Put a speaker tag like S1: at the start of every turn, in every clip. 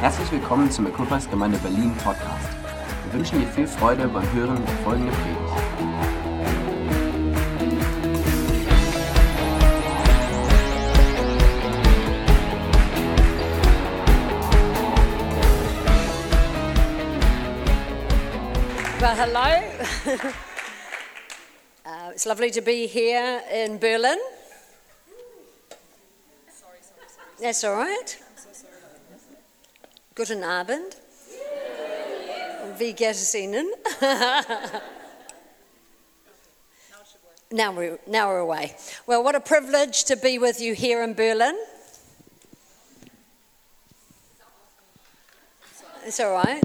S1: Herzlich willkommen zum Equipers Gemeinde Berlin Podcast. Wir wünschen dir viel Freude beim Hören der folgenden Predigt.
S2: Well, hello. uh, it's lovely to be here in Berlin. That's all right. Guten Abend. Wie geht es Ihnen? Now we're, now we're away. Well, what a privilege to be with you here in Berlin. It's all right.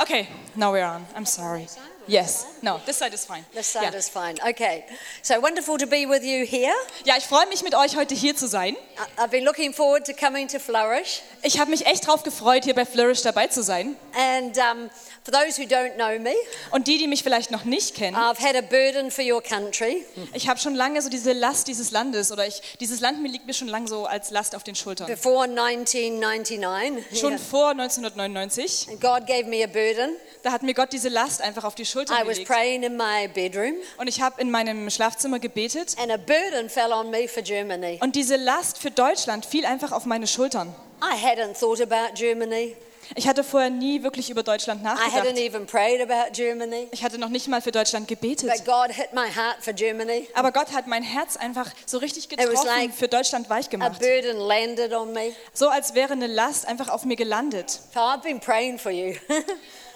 S3: Okay, now we're on. I'm sorry. Yes, no, this side is fine.
S2: This side
S3: yeah.
S2: is fine. Okay. So wonderful to be with you here.
S3: ja, ich freue mich mit euch heute hier zu sein.
S2: I- I've been looking forward to coming to Flourish.
S3: Ich habe mich echt drauf gefreut, hier bei Flourish dabei zu sein.
S2: And um, for those who don't know me,
S3: Und die, die mich vielleicht noch nicht kennen,
S2: I've had a burden for your country.
S3: ich habe schon lange so diese Last dieses Landes oder ich, dieses Land mir liegt mir schon lange so als Last auf den Schultern.
S2: Before 1999,
S3: Schon
S2: yeah,
S3: vor 1999,
S2: God gave me a burden.
S3: da hat mir Gott diese Last einfach auf die
S2: I
S3: Schultern
S2: was
S3: gelegt.
S2: praying in my bedroom,
S3: Und ich habe in meinem Schlafzimmer gebetet
S2: and a burden fell on me for Germany.
S3: und diese Last für Deutschland fiel einfach auf meine Schultern.
S2: I hadn't thought about Germany,
S3: Ich hatte vorher nie wirklich über Deutschland
S2: I hadn't e-
S3: nachgedacht.
S2: even prayed about Germany.
S3: Ich hatte noch nicht mal für Deutschland gebetet.
S2: But God hit my heart for Germany.
S3: Aber Gott hat mein Herz einfach so richtig
S2: was
S3: getroffen,
S2: like
S3: für Deutschland weich
S2: A
S3: gemacht.
S2: burden landed on me.
S3: So als wäre eine Last einfach auf mir gelandet.
S2: So I've been praying for you.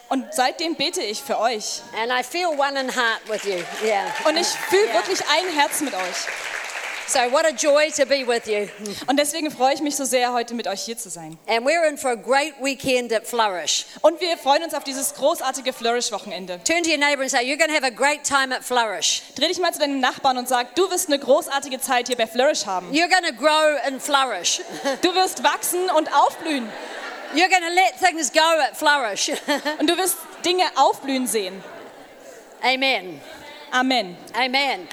S3: Und seitdem bete ich für euch.
S2: and I feel one in heart with you. Yeah.
S3: Und ich fühle
S2: Yeah.
S3: wirklich ein Herz mit euch.
S2: So what a joy to be with you.
S3: Und deswegen freue ich mich so sehr, heute mit euch hier zu sein.
S2: And we're in for a great weekend at Flourish.
S3: Und wir freuen uns auf dieses großartige Flourish-Wochenende.
S2: Turn to your neighbour and say, You're going to have a great time at Flourish.
S3: Dreh dich mal zu deinem Nachbarn und sag, du wirst eine großartige Zeit hier bei Flourish haben.
S2: You're going to grow and flourish.
S3: Du wirst wachsen und aufblühen.
S2: You're going to let things go at Flourish.
S3: Und du wirst Dinge aufblühen sehen.
S2: Amen.
S3: Amen.
S2: Amen.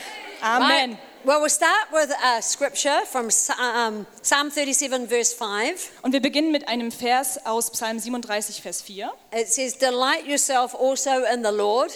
S3: Amen.
S2: Right. Well, we'll start with a scripture from um, Psalm 37, verse 5.
S3: Und wir beginnen mit einem Vers aus Psalm 37, Vers 4.
S2: It says, Delight yourself also in the Lord,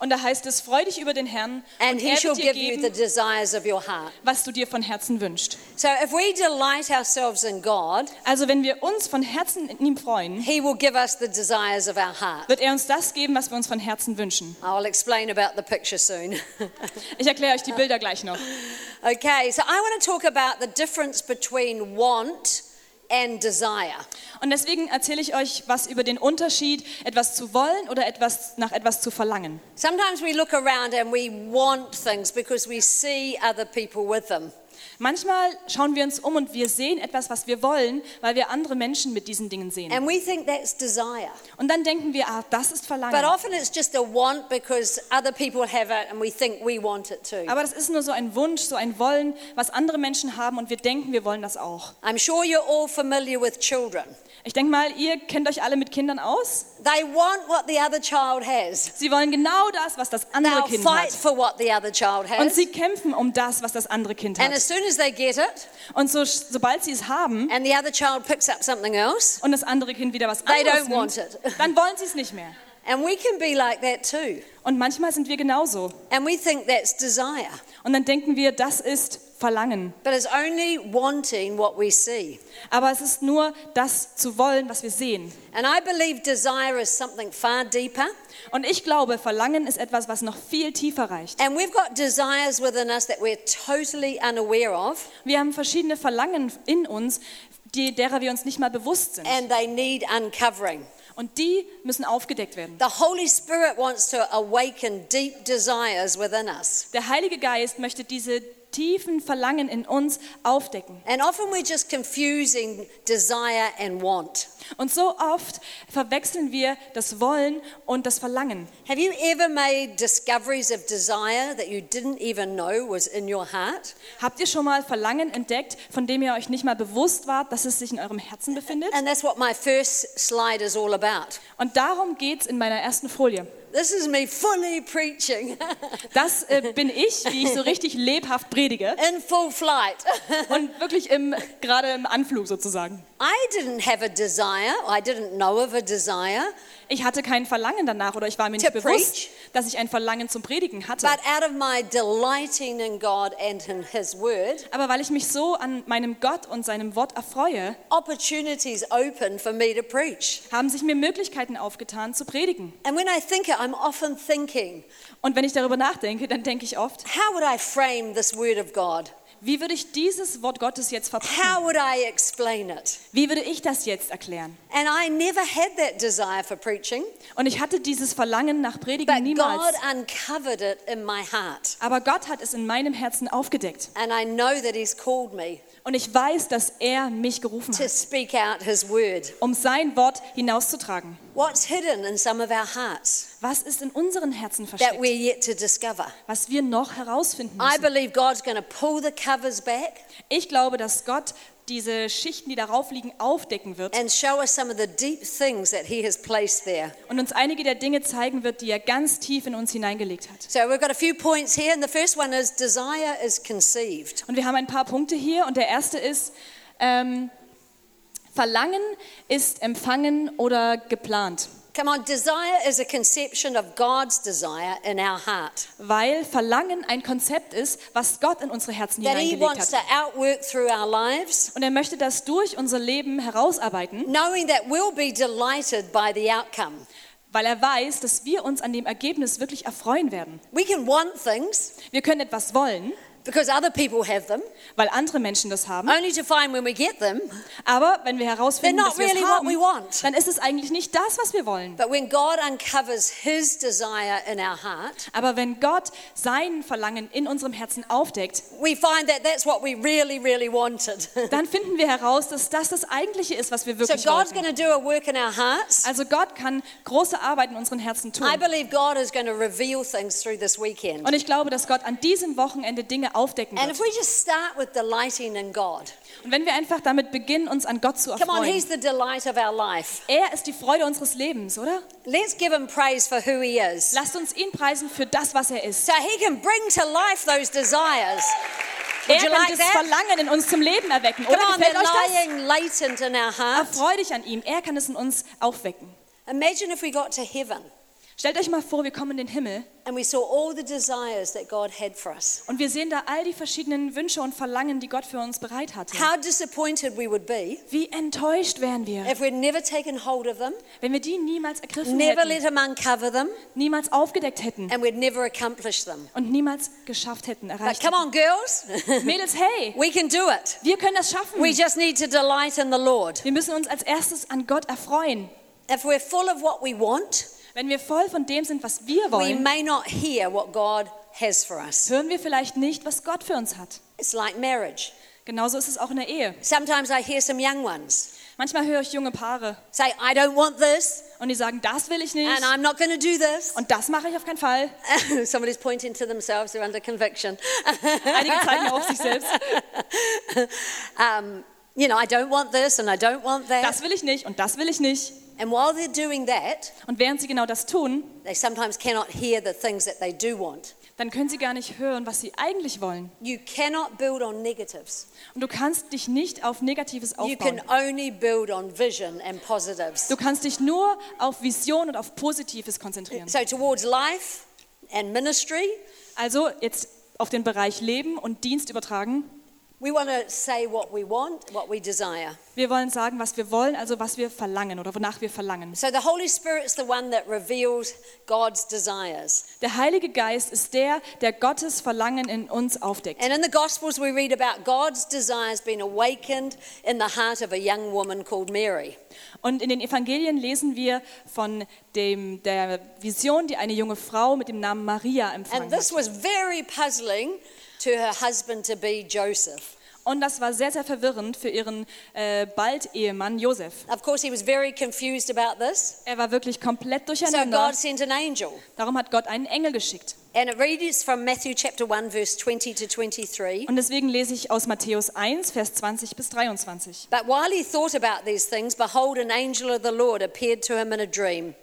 S3: Und da heißt es, freu dich über den Herrn
S2: and
S3: und
S2: he
S3: er
S2: shall
S3: wird dir
S2: give you the
S3: geben,
S2: desires of your heart.
S3: was du dir von Herzen wünschst.
S2: So if we delight ourselves in God,
S3: Also wenn wir uns von Herzen in ihm freuen,
S2: he will give us the desires of our heart.
S3: wird er uns das geben, was wir uns von Herzen wünschen.
S2: I'll explain about the picture soon.
S3: Ich erkläre euch die Bilder gleich noch.
S2: Okay, so I want to talk about the difference between want and desire.
S3: Und deswegen erzähle ich euch was über den Unterschied, etwas zu wollen oder etwas nach etwas zu verlangen.
S2: Sometimes we look around and we want things because we see other people with them.
S3: Manchmal schauen wir uns um und wir sehen etwas, was wir wollen, weil wir andere Menschen mit diesen Dingen sehen.
S2: And we think that's desire.
S3: Und dann denken wir, ah, das ist
S2: But
S3: Verlangen.
S2: often it's just a want because other people have it and we think we want it too.
S3: Aber das ist nur so ein Wunsch, so ein Wollen, was andere Menschen haben und wir denken, wir wollen das auch.
S2: I'm sure you're all familiar with children.
S3: Ich denke mal, ihr kennt euch alle mit Kindern aus.
S2: They want what the other child has.
S3: Sie wollen genau das, was das andere
S2: They'll
S3: Kind
S2: fight
S3: hat.
S2: for what the other child
S3: Und
S2: has.
S3: sie kämpfen um das, was das andere Kind
S2: And as
S3: hat.
S2: soon as they get it
S3: Und so, sobald sie es haben
S2: and the other child picks up something else,
S3: und das andere Kind wieder was
S2: They
S3: anderes
S2: don't want it.
S3: nimmt, dann wollen sie es nicht mehr.
S2: and we can be like that too.
S3: Und manchmal sind wir genauso.
S2: And we think that's desire,
S3: Und dann denken wir, das ist Verlangen.
S2: but it's only wanting what we see.
S3: Aber es ist nur das zu wollen, was wir sehen.
S2: And I believe desire is something far deeper.
S3: Und ich glaube, Verlangen ist etwas, was noch viel tiefer reicht.
S2: And we've got desires within us that we're totally unaware of,
S3: Wir haben verschiedene Verlangen in uns, die, derer wir uns nicht mal bewusst sind.
S2: and they need uncovering.
S3: Und die müssen aufgedeckt werden.
S2: The Holy Spirit wants to awaken deep desires within us.
S3: Der Heilige Geist möchte diese tiefen Verlangen in uns aufdecken.
S2: And often we're just confusing desire and want.
S3: Und so oft verwechseln wir das Wollen und das Verlangen.
S2: Have you ever made discoveries of desire that you didn't even know was in your heart?
S3: Habt ihr schon mal Verlangen entdeckt, von dem ihr euch nicht mal bewusst wart, dass es sich in eurem Herzen befindet?
S2: And that's what my first slide is all about.
S3: Und darum geht es in meiner ersten Folie.
S2: This is me fully preaching
S3: Das äh, bin ich, wie ich so richtig lebhaft predige
S2: in full flight.
S3: und wirklich im gerade im Anflug sozusagen.
S2: I didn't have a desire, I didn't know of a desire,
S3: Ich hatte kein Verlangen danach oder ich war mir
S2: To
S3: nicht bewusst,
S2: preach.
S3: dass ich ein Verlangen zum Predigen hatte.
S2: but out of my delighting in God and in His Word,
S3: Aber weil ich mich so an meinem Gott und seinem Wort erfreue,
S2: opportunities open for me to preach.
S3: haben sich mir Möglichkeiten aufgetan zu predigen.
S2: And when I think it, I'm often thinking,
S3: Und wenn ich darüber nachdenke, dann denke ich oft,
S2: how would I frame this Word of God?
S3: wie würde ich dieses Wort Gottes jetzt verpacken?
S2: How would I explain it?
S3: Wie würde ich das jetzt erklären?
S2: And I never had that desire for preaching,
S3: Und ich hatte dieses Verlangen nach Predigen
S2: but God
S3: niemals.
S2: uncovered it in my heart.
S3: Aber Gott hat es in meinem Herzen aufgedeckt.
S2: And I know that He's called me
S3: Und ich weiß, dass er mich gerufen
S2: to
S3: hat,
S2: speak out His Word.
S3: um sein Wort hinauszutragen.
S2: What's hidden in some of our hearts
S3: Was ist in unseren Herzen
S2: that
S3: versteckt,
S2: we're yet to discover?
S3: was wir noch herausfinden
S2: I
S3: müssen?
S2: believe God's going to pull the covers back
S3: Ich glaube, dass Gott diese Schichten, die darauf liegen, aufdecken wird
S2: and show us some of the deep things that He has placed there.
S3: und uns einige der Dinge zeigen wird, die er ganz tief in uns hineingelegt hat.
S2: So we've got a few points here, and the first one is desire is conceived.
S3: Und wir haben ein paar Punkte hier und der erste ist, ähm, Verlangen ist empfangen oder geplant,
S2: Come on, desire is a conception of God's desire in our heart
S3: weil Verlangen ein Konzept ist, was Gott in unsere Herzen
S2: that He
S3: hineingelegt
S2: wants to
S3: hat.
S2: outwork through our lives,
S3: Und er möchte das durch unser Leben herausarbeiten,
S2: knowing that we'll be delighted by the outcome.
S3: weil er weiß, dass wir uns an dem Ergebnis wirklich erfreuen werden.
S2: We can want things
S3: Wir können etwas wollen,
S2: because other people have them,
S3: weil andere Menschen das haben,
S2: only to find when we get them.
S3: aber wenn wir herausfinden,
S2: They're not
S3: dass wir
S2: really
S3: es
S2: what
S3: haben,
S2: we want.
S3: dann ist es eigentlich nicht das, was wir wollen.
S2: But when God uncovers His desire in our heart,
S3: Aber wenn Gott sein Verlangen in unserem Herzen aufdeckt,
S2: we find that that's what we really, really wanted.
S3: dann finden wir heraus, dass das das Eigentliche ist, was wir
S2: so
S3: wirklich
S2: God's
S3: wollen.
S2: going to do a work in our hearts.
S3: Also Gott kann große Arbeit in unseren Herzen tun.
S2: I believe God is going to reveal things through this weekend.
S3: Und ich glaube, dass Gott an diesem Wochenende Dinge aufdecken
S2: And if
S3: wird.
S2: we just start with delighting in God,
S3: Und wenn wir einfach damit beginnen, uns an Gott zu
S2: come on,
S3: erfreuen.
S2: He's the delight of our life.
S3: Er ist die Freude unseres Lebens, oder?
S2: Let's give Him praise for who He is.
S3: Lasst uns ihn preisen für das, was er ist.
S2: So He can bring to life those desires.
S3: Er
S2: Would you
S3: kann
S2: like
S3: das
S2: that?
S3: Verlangen in uns zum Leben erwecken. Oder
S2: Come on,
S3: gefällt
S2: they're
S3: euch das?
S2: lying latent in our heart.
S3: Erfreu dich an ihm. Er kann es in uns aufwecken.
S2: Imagine if we got to heaven
S3: Stellt euch mal vor, wir kommen in den Himmel
S2: and we saw all the desires that God had for us.
S3: und wir sehen da all die verschiedenen Wünsche und Verlangen, die Gott für uns bereit hatte.
S2: How disappointed we would be
S3: Wie enttäuscht wären wir,
S2: if we'd never taken hold of them,
S3: wenn wir die niemals ergriffen
S2: never
S3: hätten,
S2: let Him uncover them,
S3: niemals aufgedeckt hätten
S2: and we'd never accomplish them.
S3: und niemals geschafft hätten,
S2: But
S3: erreicht
S2: come on, girls,
S3: hätten. Mädels, hey,
S2: we can do it.
S3: wir können das schaffen.
S2: We just need to delight in the Lord.
S3: Wir müssen uns als erstes an Gott erfreuen.
S2: If we're full of what we want,
S3: Wenn wir voll von dem sind, was wir
S2: we
S3: wollen,
S2: may not hear what God has for us.
S3: hören wir vielleicht nicht, was Gott für uns hat.
S2: It's like marriage.
S3: Genauso ist es auch in der Ehe.
S2: Sometimes I hear some young ones
S3: Manchmal höre ich junge Paare
S2: say, I don't want this,
S3: und die sagen, das will ich
S2: and
S3: nicht
S2: I'm not going to do this.
S3: und das mache ich auf keinen Fall.
S2: Somebody's pointing to themselves, they're under conviction.
S3: Einige zeigen auf sich selbst,
S2: um, you know, I don't want this and I don't want that.
S3: das will ich nicht und das will ich nicht.
S2: And while they're doing that,
S3: Und während sie genau das tun,
S2: they sometimes cannot hear the things that they do want.
S3: dann können sie gar nicht hören, was sie eigentlich wollen.
S2: You cannot build on negatives.
S3: Und du kannst dich nicht auf Negatives
S2: You can
S3: aufbauen.
S2: only build on vision and positives.
S3: Du kannst dich nur auf Vision und auf Positives konzentrieren.
S2: So, towards life and ministry,
S3: Also jetzt auf den Bereich Leben und Dienst übertragen.
S2: we want to say what we want, what we desire.
S3: Wir wollen sagen, was wir wollen, also was wir verlangen oder wonach wir verlangen.
S2: So, the Holy Spirit's the one that reveals God's desires.
S3: Der Heilige Geist ist der, der Gottes Verlangen in uns aufdeckt.
S2: And in the Gospels, we read about God's desires being awakened in the heart of a young woman called Mary.
S3: Und in den Evangelien lesen wir von dem, der Vision, die eine junge Frau mit dem Namen Maria empfangen
S2: And this
S3: hat.
S2: was very puzzling to her husband to be Joseph.
S3: Und das war sehr, sehr verwirrend für ihren äh, bald Ehemann Josef.
S2: Of course, he was very confused about this.
S3: Er war wirklich komplett
S2: So,
S3: durcheinander.
S2: God sent an angel.
S3: Darum hat Gott einen Engel geschickt.
S2: And it reads from Matthew chapter 1, verse 20 to 23.
S3: Und deswegen lese ich aus Matthäus 1, Vers 20 bis 23.
S2: But while he thought about these things, behold, an angel of the Lord appeared to him in a dream.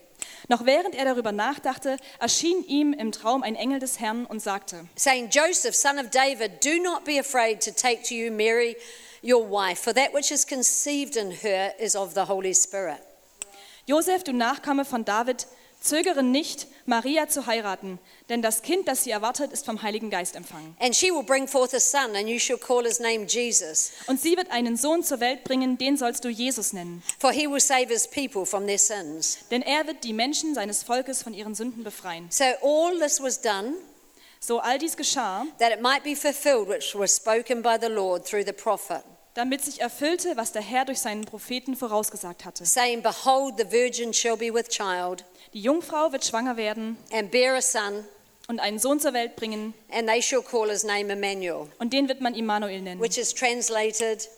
S3: Noch während er darüber nachdachte, erschien ihm im Traum ein Engel des Herrn und sagte,
S2: saying, Joseph, son of David, do not be afraid to take to you Mary, your wife, for that which is conceived in her is of the Holy Spirit.
S3: Josef, du Nachkomme von David, zögere nicht, Maria zu heiraten, denn das Kind, das sie erwartet, ist vom Heiligen Geist empfangen.
S2: And she will bring forth a son, and you shall call his name Jesus,
S3: Und sie wird einen Sohn zur Welt bringen, den sollst du Jesus nennen,
S2: for he will save his people from their sins.
S3: denn er wird die Menschen seines Volkes von ihren Sünden befreien.
S2: So all this was done
S3: So all dies geschah,
S2: that it might be fulfilled, which was spoken by the Lord through the prophet,
S3: damit sich erfüllte, was der Herr durch seinen Propheten vorausgesagt hatte.
S2: saying, Behold, the virgin shall be with child
S3: Die Jungfrau wird schwanger werden
S2: and bear a son,
S3: und einen Sohn zur Welt bringen,
S2: and they shall call his name Emmanuel,
S3: und den wird man Immanuel nennen,
S2: which is translated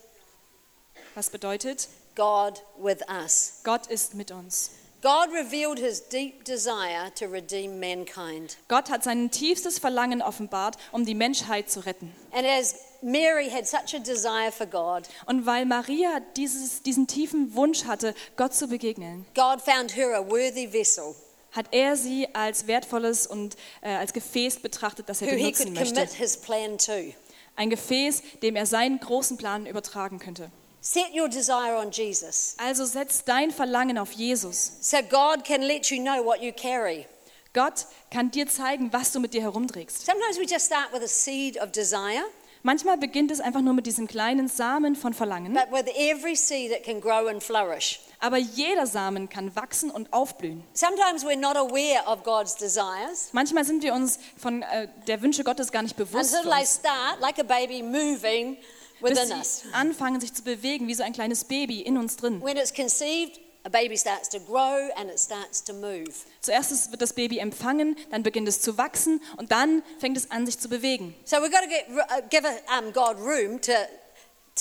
S3: was bedeutet,
S2: God with us.
S3: Gott ist mit uns.
S2: God revealed his deep desire to redeem mankind.
S3: Gott hat sein tiefstes Verlangen offenbart, um die Menschheit zu retten.
S2: And as Mary had such a desire for God,
S3: Und weil Maria dieses, diesen tiefen Wunsch hatte, Gott zu begegnen,
S2: God found her a worthy vessel
S3: hat er sie als wertvolles und äh, als Gefäß betrachtet, das er
S2: who he could
S3: benutzen möchte.
S2: commit his plan to.
S3: Ein Gefäß, dem er seinen großen Plan übertragen könnte.
S2: Set your desire on Jesus
S3: Also setz dein Verlangen auf Jesus.
S2: so God can let you know what you carry.
S3: Gott kann dir zeigen, was du mit dir herumträgst.
S2: Sometimes we just start with a seed of desire,
S3: Manchmal beginnt es einfach nur mit diesem kleinen Samen von Verlangen,
S2: but with every seed it can grow and flourish.
S3: aber jeder Samen kann wachsen und aufblühen.
S2: Sometimes we're not aware of God's desires
S3: Manchmal sind wir uns von äh, der Wünsche Gottes gar nicht bewusst,
S2: until they start, like a baby, moving
S3: bis
S2: within us.
S3: sie anfangen, sich zu bewegen, wie so ein kleines Baby in uns drin.
S2: When it's conceived, a baby starts to grow and it starts to move.
S3: Zuerst ist- wird das Baby empfangen, dann beginnt es zu wachsen und dann fängt es an, sich zu bewegen.
S2: So we've got to get, uh, give um, God room to,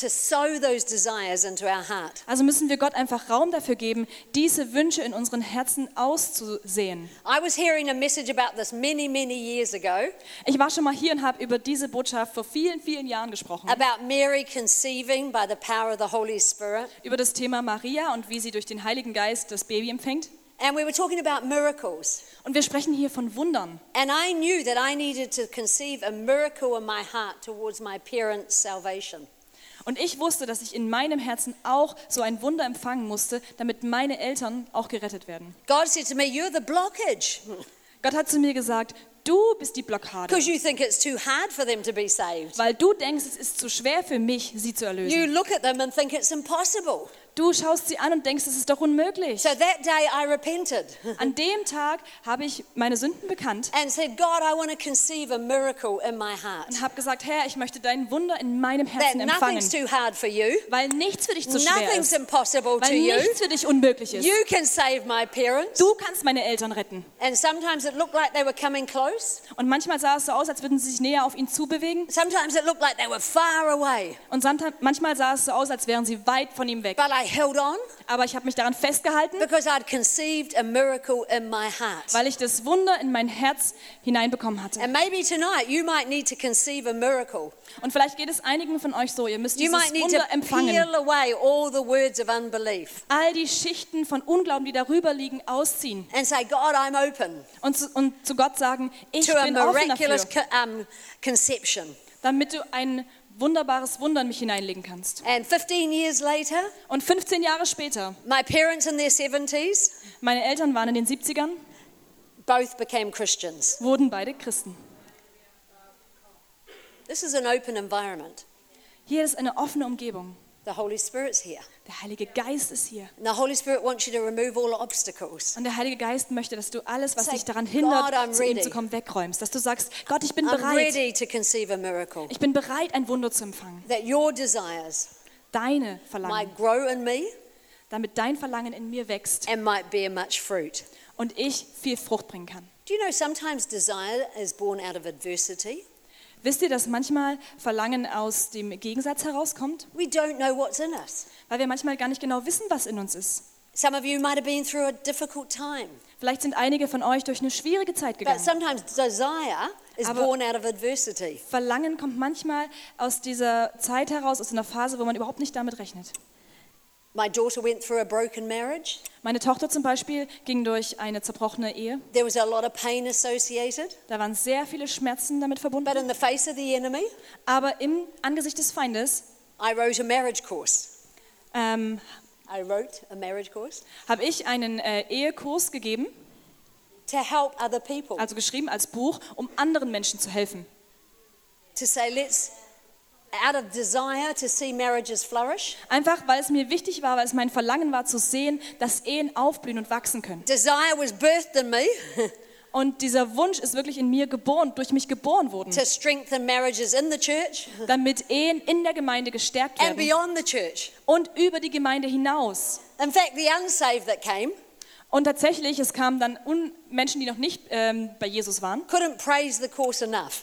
S2: to sow those desires into our heart.
S3: Also müssen wir Gott einfach Raum dafür geben, diese Wünsche in unseren Herzen auszusehen.
S2: I was hearing a message about this many, many years ago
S3: Ich war schon mal hier und habe über diese Botschaft vor vielen, vielen Jahren gesprochen.
S2: about Mary conceiving by the power of the Holy Spirit.
S3: über das Thema Maria und wie sie durch den Heiligen Geist das Baby empfängt.
S2: And we were talking about miracles.
S3: Und wir sprechen hier von Wundern.
S2: And I knew that I needed to conceive a miracle in my heart towards my parents' salvation.
S3: Und ich wusste, dass ich in meinem Herzen auch so ein Wunder empfangen musste, damit meine Eltern auch gerettet werden.
S2: God said to me, You're the blockage
S3: Gott hat zu mir gesagt, du bist die Blockade,
S2: because you think it's too hard for them to be saved.
S3: weil du denkst, es ist zu schwer für mich, sie zu
S2: You
S3: erlösen.
S2: look at them and think it's impossible.
S3: Du schaust sie an und denkst, es ist doch unmöglich.
S2: So that day I repented
S3: An dem Tag habe ich meine Sünden bekannt
S2: and said, God, I want to conceive a miracle in my heart.
S3: und habe gesagt, Herr, ich möchte dein Wunder in meinem
S2: That
S3: Herzen empfangen,
S2: nothing's too hard for you,
S3: weil nichts für dich zu schwer
S2: nothing's
S3: ist,
S2: impossible to
S3: weil
S2: you.
S3: nichts für dich unmöglich ist.
S2: You can save my parents.
S3: Du kannst meine Eltern retten.
S2: And sometimes it looked like they were coming close,
S3: Und manchmal sah es so aus, als würden sie sich näher auf ihn zubewegen.
S2: sometimes it looked like they were far away.
S3: Und samta- manchmal sah es so aus, als wären sie weit von ihm weg.
S2: But I held on
S3: Aber ich habe mich daran festgehalten,
S2: because I'd conceived a miracle in my heart.
S3: weil ich das Wunder in mein Herz hineinbekommen hatte.
S2: And maybe tonight you might need to conceive a miracle.
S3: Und vielleicht geht es einigen von euch so, ihr müsst
S2: You might
S3: dieses
S2: need to
S3: Wunder empfangen.
S2: peel away all the words of unbelief
S3: All die Schichten von Unglauben, die darüber liegen, ausziehen.
S2: and say, God, I'm open
S3: Und zu, und zu Gott sagen, ich
S2: to a
S3: bin offen
S2: miraculous
S3: dafür,
S2: co- um, conception.
S3: damit du ein wunderbares Wunder in mich hineinlegen kannst.
S2: And 15 years later,
S3: Und 15 Jahre später,
S2: my parents in their 70s
S3: meine Eltern waren in den 70ern,
S2: both became Christians.
S3: wurden beide Christen.
S2: This is an open environment.
S3: Hier ist eine offene Umgebung.
S2: The Holy Spirit's here.
S3: Der Heilige Geist ist hier.
S2: And the Holy Spirit wants you to remove all obstacles.
S3: Und der Heilige Geist möchte, dass du alles, was
S2: Say,
S3: dich daran
S2: God, I'm
S3: hindert, zu ihm
S2: ready.
S3: zu kommen, wegräumst. Dass du sagst, Gott, ich bin
S2: I'm
S3: bereit.
S2: ready to conceive a miracle.
S3: Ich bin bereit, ein Wunder zu empfangen.
S2: That your desires
S3: Deine Verlangen.
S2: might grow in me
S3: Damit dein Verlangen in mir wächst
S2: and might bear much fruit.
S3: und ich viel Frucht bringen kann.
S2: Do you know sometimes desire is born out of adversity?
S3: Wisst ihr, dass manchmal Verlangen aus dem Gegensatz herauskommt?
S2: We don't know what's in us.
S3: Weil wir manchmal gar nicht genau wissen, was in uns ist.
S2: Some of you might have been through a difficult time,
S3: Vielleicht sind einige von euch durch eine schwierige Zeit
S2: but
S3: gegangen.
S2: sometimes desire is
S3: Aber-
S2: born out of adversity.
S3: Verlangen kommt manchmal aus dieser Zeit heraus, aus einer Phase, wo man überhaupt nicht damit rechnet.
S2: My daughter went through a broken marriage.
S3: Meine Tochter zum Beispiel ging durch eine zerbrochene Ehe.
S2: There was a lot of pain associated,
S3: Da waren sehr viele Schmerzen damit
S2: but in
S3: verbunden.
S2: the face of the enemy,
S3: Aber im Angesicht des Feindes
S2: I wrote a marriage course.
S3: ähm,
S2: I wrote a marriage course
S3: habe ich einen äh, Ehekurs gegeben,
S2: to help other people
S3: also geschrieben als Buch, um anderen Menschen zu helfen.
S2: to say, let's, out of desire to see marriages flourish,
S3: Einfach, weil es mir wichtig war, weil es mein Verlangen war zu sehen, dass Ehen aufblühen und wachsen können.
S2: desire was birthed in me
S3: Und dieser Wunsch ist wirklich in mir geboren, durch mich geboren worden,
S2: to strengthen marriages in the church
S3: damit Ehen in der Gemeinde gestärkt
S2: and
S3: werden
S2: beyond the church.
S3: und über die Gemeinde hinaus.
S2: In fact, the unsaved that came
S3: Und tatsächlich, es kamen dann un Menschen, die noch nicht ähm, bei Jesus waren.
S2: couldn't praise the course enough.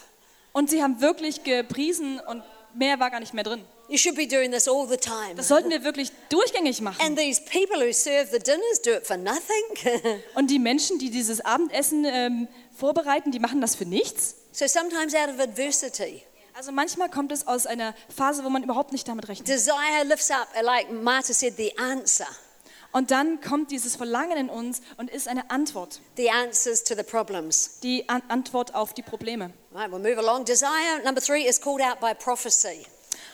S3: Und sie haben wirklich gepriesen und mehr war gar nicht mehr drin.
S2: You should be doing this all the time.
S3: Das sollten wir wirklich durchgängig machen.
S2: And these people who serve the dinners do it for nothing.
S3: Und die Menschen, die dieses Abendessen ähm, vorbereiten, die machen das für nichts.
S2: so sometimes out of adversity,
S3: Also manchmal kommt es aus einer Phase, wo man überhaupt nicht damit rechnet.
S2: desire lifts up, like Marta said, the answer,
S3: Und dann kommt dieses Verlangen in uns und ist eine Antwort.
S2: the answers to the problems.
S3: Die An Antwort auf die Probleme.
S2: All right, we'll move along. Desire number three is called out by prophecy.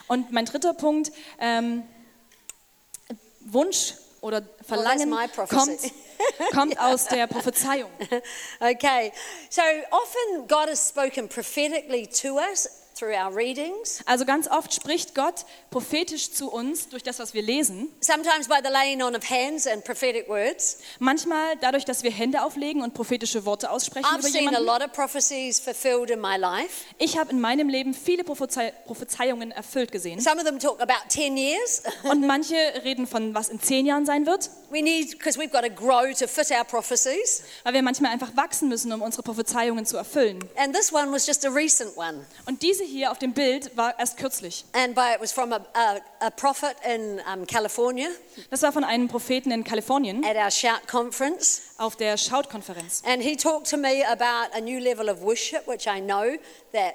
S3: Und mein dritter Punkt, ähm, Wunsch oder Verlangen
S2: my
S3: kommt,
S2: prophecy.
S3: kommt aus der Prophezeiung.
S2: okay, so often God has spoken prophetically to us through our readings,
S3: Also ganz oft spricht Gott prophetisch zu uns durch das, was wir lesen.
S2: sometimes by the laying on of hands and prophetic words.
S3: Manchmal dadurch, dass wir Hände auflegen und prophetische Worte aussprechen
S2: I've
S3: über
S2: seen a
S3: jemanden.
S2: lot of prophecies fulfilled in my life.
S3: Ich habe in meinem Leben viele Prophezei Prophezeiungen erfüllt gesehen.
S2: Some of them talk about 10 years.
S3: Und manche reden von, was in zehn Jahren sein wird,
S2: We need, because we've got to grow to fit our prophecies.
S3: weil wir manchmal einfach wachsen müssen, um unsere Prophezeiungen zu erfüllen.
S2: And this one was just a recent one.
S3: Und diese hier auf dem Bild war erst kürzlich.
S2: And by it was from a, a, a prophet in um, California
S3: Das war von einem Propheten in Kalifornien
S2: at our Shout conference.
S3: auf der Shout-Konferenz.
S2: And he talked to me about a new level of worship, which I know that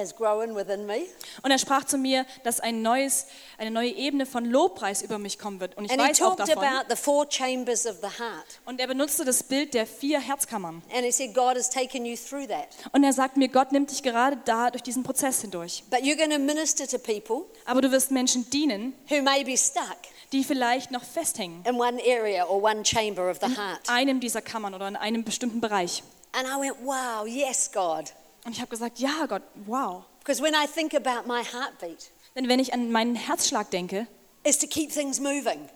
S2: is growing within me.
S3: Und er sprach zu mir, dass ein neues, eine neue Ebene von Lobpreis über mich kommen wird. Und ich
S2: And he
S3: weiß auch
S2: talked
S3: davon.
S2: about the four chambers of the heart.
S3: Und er benutzte das Bild der vier Herzkammern.
S2: And he said, God has taken you through that.
S3: Und er sagt mir, Gott nimmt dich gerade da durch diesen Prozess hindurch.
S2: But you're going to minister to people
S3: Aber du wirst Menschen dienen,
S2: who may be stuck
S3: die vielleicht noch festhängen.
S2: in one area or one chamber of the heart.
S3: Einem dieser Kammern oder in einem bestimmten Bereich.
S2: And I went, wow, yes, God.
S3: Und ich habe gesagt, ja Gott, wow.
S2: Because when I think about my heartbeat,
S3: Denn wenn ich an meinen Herzschlag denke,
S2: is to keep things moving.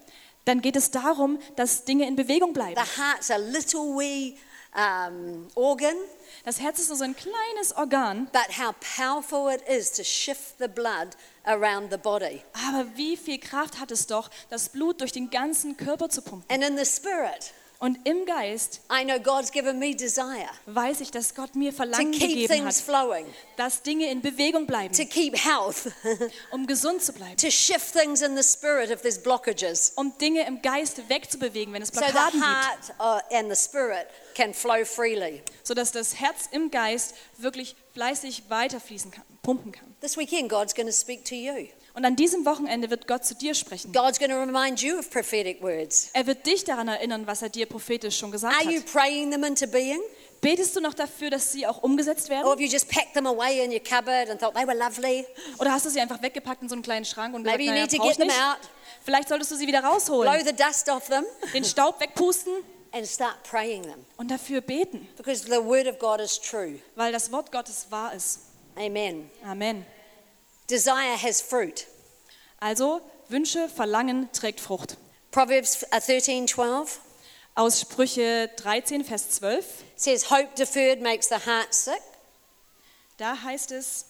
S3: dann geht es darum, dass Dinge in Bewegung bleiben.
S2: The heart's a little wee um, organ,
S3: Das Herz ist nur so ein kleines Organ,
S2: but how powerful it is to shift the blood around the body.
S3: aber wie viel Kraft hat es doch, das Blut durch den ganzen Körper zu pumpen.
S2: And in the spirit,
S3: Und im Geist
S2: I know God's given me desire
S3: weiß ich, dass Gott mir
S2: to
S3: Verlangen
S2: keep
S3: gegeben
S2: things
S3: hat,
S2: flowing,
S3: dass Dinge in Bewegung bleiben,
S2: to keep health,
S3: um gesund zu bleiben,
S2: to shift things in the spirit if there's blockages.
S3: um Dinge im Geist wegzubewegen, wenn es
S2: So the
S3: Blockaden gibt,
S2: heart uh, and the spirit can flow freely.
S3: sodass das Herz im Geist wirklich fleißig weiterfließen kann, pumpen kann.
S2: This weekend, God's going to speak to you.
S3: Und an diesem Wochenende wird Gott zu dir sprechen.
S2: God's going to remind you of prophetic words.
S3: Er wird dich daran erinnern, was er dir prophetisch schon gesagt
S2: Are you
S3: hat.
S2: praying them into being?
S3: Betest du noch dafür, dass sie auch umgesetzt
S2: Or
S3: werden?
S2: have you just packed them away in your cupboard and thought they were lovely?
S3: Oder hast du sie einfach weggepackt in so einen kleinen Schrank und gesagt,
S2: Maybe you
S3: naja,
S2: need to
S3: brauch ich
S2: get them
S3: nicht.
S2: out,
S3: Vielleicht solltest du sie wieder
S2: blow
S3: rausholen,
S2: the dust off them,
S3: den Staub wegpusten
S2: and start praying them.
S3: und dafür beten,
S2: Because the word of God is true.
S3: weil das Wort Gottes wahr ist.
S2: Amen.
S3: Amen.
S2: Desire has fruit.
S3: Also Wünsche, Verlangen trägt Frucht.
S2: Proverbs uh, 13 12
S3: Aus Sprüche 13, Vers 12,
S2: says, Hope deferred makes the heart sick,
S3: da heißt es,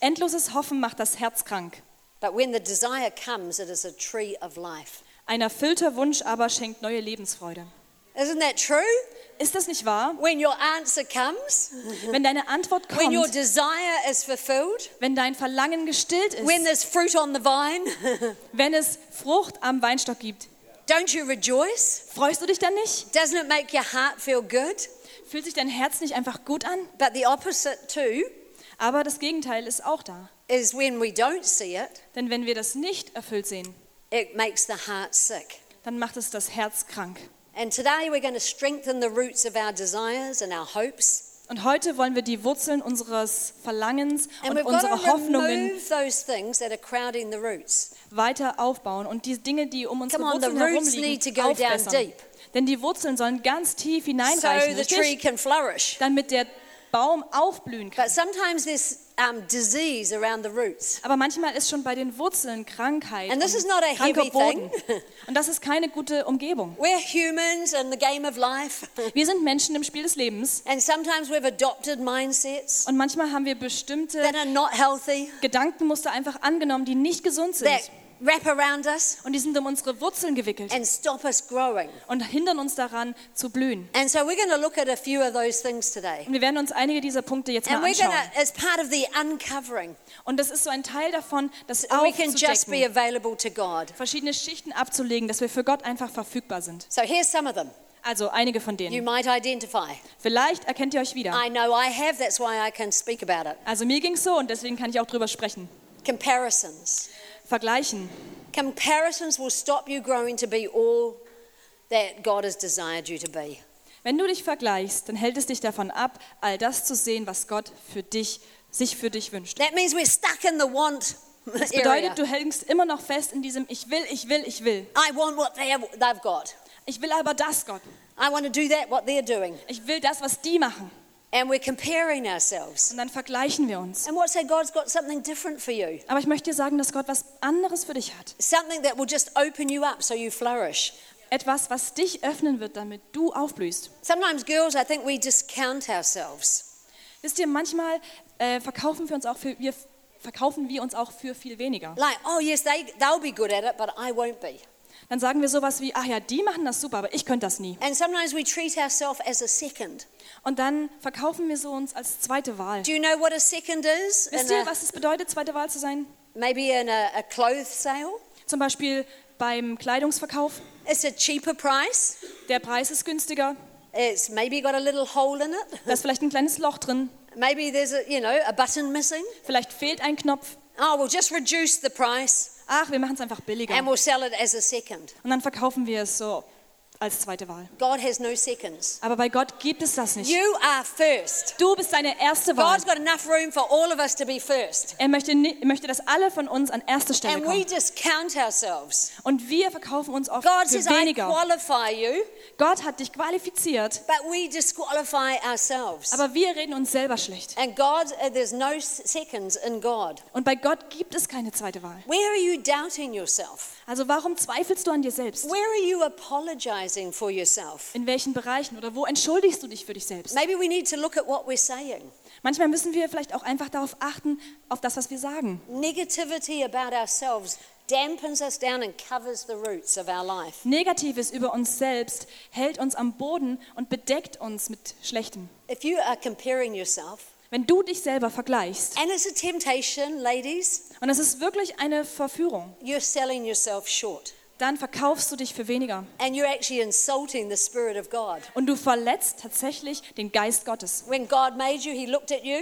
S3: endloses Hoffen macht das Herz krank.
S2: but when the desire comes, it is a tree of life.
S3: Ein erfüllter Wunsch aber schenkt neue Lebensfreude.
S2: Isn't that true?
S3: Ist das nicht wahr?
S2: When your answer comes,
S3: Wenn deine Antwort
S2: Mhm. when your
S3: kommt,
S2: desire is fulfilled,
S3: wenn dein Verlangen gestillt
S2: when
S3: ist,
S2: there's fruit on the vine,
S3: wenn es Frucht am Weinstock gibt,
S2: don't you rejoice?
S3: freust du dich dann nicht?
S2: Doesn't it make your heart feel good?
S3: Fühlt sich dein Herz nicht einfach gut an?
S2: But the opposite, too,
S3: Aber das Gegenteil ist auch da.
S2: is when we don't see it,
S3: Denn wenn wir das nicht erfüllt sehen,
S2: it makes the heart sick.
S3: dann macht es das Herz krank.
S2: And today we're going to strengthen the roots of our desires and our hopes.
S3: Und heute wollen wir die Wurzeln unseres Verlangens
S2: And
S3: und
S2: we've got
S3: unserer
S2: to
S3: Hoffnungen
S2: remove those things that are crowding the roots.
S3: weiter aufbauen und die Dinge, die um unsere
S2: Come on, the
S3: Wurzeln
S2: roots need to
S3: herumliegen,
S2: go down
S3: aufbessern.
S2: deep.
S3: Denn die Wurzeln sollen ganz tief
S2: So
S3: hineinreichen,
S2: the tree
S3: richtig?
S2: can flourish.
S3: damit der Baum aufblühen kann.
S2: But sometimes there's um, disease around the roots.
S3: Aber manchmal ist schon bei den Wurzeln Krankheit
S2: And this
S3: und
S2: is not a
S3: kranker
S2: heavy
S3: Boden.
S2: thing.
S3: Und das ist keine gute Umgebung.
S2: We're humans in the game of life,
S3: Wir sind Menschen im Spiel des Lebens
S2: and sometimes we've adopted mindsets
S3: und manchmal haben wir bestimmte
S2: that are not healthy,
S3: Gedankenmuster einfach angenommen, die nicht gesund sind.
S2: that wrap around us
S3: Und die sind um unsere Wurzeln gewickelt
S2: and stop us growing.
S3: und hindern uns daran zu blühen.
S2: And so we're going to look at a few of those things today.
S3: Und wir werden uns einige dieser Punkte jetzt
S2: And
S3: mal
S2: we're going
S3: anschauen.
S2: to, as part of the uncovering,
S3: Und das ist so ein Teil davon, das
S2: we can just be
S3: aufzudecken,
S2: available to God.
S3: verschiedene Schichten abzulegen, dass wir für Gott einfach verfügbar sind.
S2: So here's some of them.
S3: Also einige von
S2: You
S3: denen.
S2: might identify.
S3: Vielleicht erkennt ihr euch wieder.
S2: I know I have, that's why I can speak about it.
S3: Also mir ging es so und deswegen kann ich auch drüber sprechen.
S2: Comparisons.
S3: Vergleichen.
S2: Comparisons will stop you growing to be all that God has desired you to be.
S3: Wenn du dich vergleichst, dann hält es dich davon ab, all das zu sehen, was Gott für dich, sich für dich wünscht.
S2: That means we're stuck in the want
S3: Das
S2: area.
S3: bedeutet, du hängst immer noch fest in diesem Ich will, ich will, ich will.
S2: I want what they have, they've got.
S3: Ich will aber das, Gott.
S2: I want to do that, what they're doing.
S3: Ich will das, was die machen.
S2: And we're comparing ourselves.
S3: Und dann vergleichen wir uns.
S2: And what's that? God's got something different for you,
S3: Aber ich möchte dir sagen, dass Gott was anderes für dich hat.
S2: something that will just open you up so you flourish.
S3: Etwas, was dich öffnen wird, damit du aufblühst.
S2: Sometimes, girls, I think we discount ourselves.
S3: Wisst ihr, manchmal äh, verkaufen, wir uns auch für, wir, verkaufen wir uns auch für viel weniger.
S2: Like, oh, yes, they, they'll be good at it, but I won't be.
S3: Dann sagen wir sowas wie, ach ja, die machen das super, aber ich könnte das nie.
S2: And sometimes we treat ourselves as a second.
S3: Und dann verkaufen wir so uns als zweite Wahl.
S2: Do you know what a second is?
S3: Wisst
S2: In a-
S3: ihr, was es bedeutet, zweite Wahl zu sein?
S2: Maybe in a, a clothes sale.
S3: Zum Beispiel beim Kleidungsverkauf.
S2: It's a cheaper price.
S3: Der Preis ist günstiger,
S2: It's maybe got a little hole in it.
S3: da ist vielleicht ein kleines Loch drin,
S2: Maybe there's a, you know, a button missing.
S3: vielleicht fehlt ein Knopf.
S2: Oh, we'll just reduce the price
S3: Ach, wir machen es einfach billiger.
S2: and we'll sell it as a second.
S3: Und dann verkaufen wir es so als zweite Wahl.
S2: God has no seconds.
S3: Aber bei Gott gibt es das nicht.
S2: You are first.
S3: Du bist deine erste Wahl.
S2: God's got enough room for all of us to be first.
S3: Er möchte, ni- er möchte, dass alle von uns an erste Stelle
S2: And we
S3: kommen.
S2: discount ourselves.
S3: Und wir verkaufen uns oft
S2: God
S3: für
S2: says, I
S3: weniger.
S2: qualify you,
S3: Gott hat dich qualifiziert,
S2: but we disqualify ourselves.
S3: aber wir reden uns selber schlecht.
S2: And God, uh, there's no s- seconds in God.
S3: Und bei Gott gibt es keine zweite Wahl.
S2: Where are you doubting yourself?
S3: Also warum zweifelst du an dir selbst?
S2: Where are you apologizing for yourself?
S3: In welchen Bereichen oder wo entschuldigst du dich für dich selbst?
S2: Maybe we need to look at what we're saying.
S3: Manchmal müssen wir vielleicht auch einfach darauf achten, auf das, was wir sagen.
S2: Negativity about ourselves dampens us down and covers the roots of our life.
S3: Negatives über uns selbst hält uns am Boden und bedeckt uns mit Schlechtem.
S2: If you are comparing yourself,
S3: Wenn du dich selber vergleichst,
S2: and it's a temptation, ladies,
S3: und es ist wirklich eine Verführung,
S2: you're selling yourself short.
S3: dann verkaufst du dich für weniger.
S2: And you're actually insulting the Spirit of God.
S3: Und du verletzt tatsächlich den Geist Gottes.
S2: When God made you, He looked at you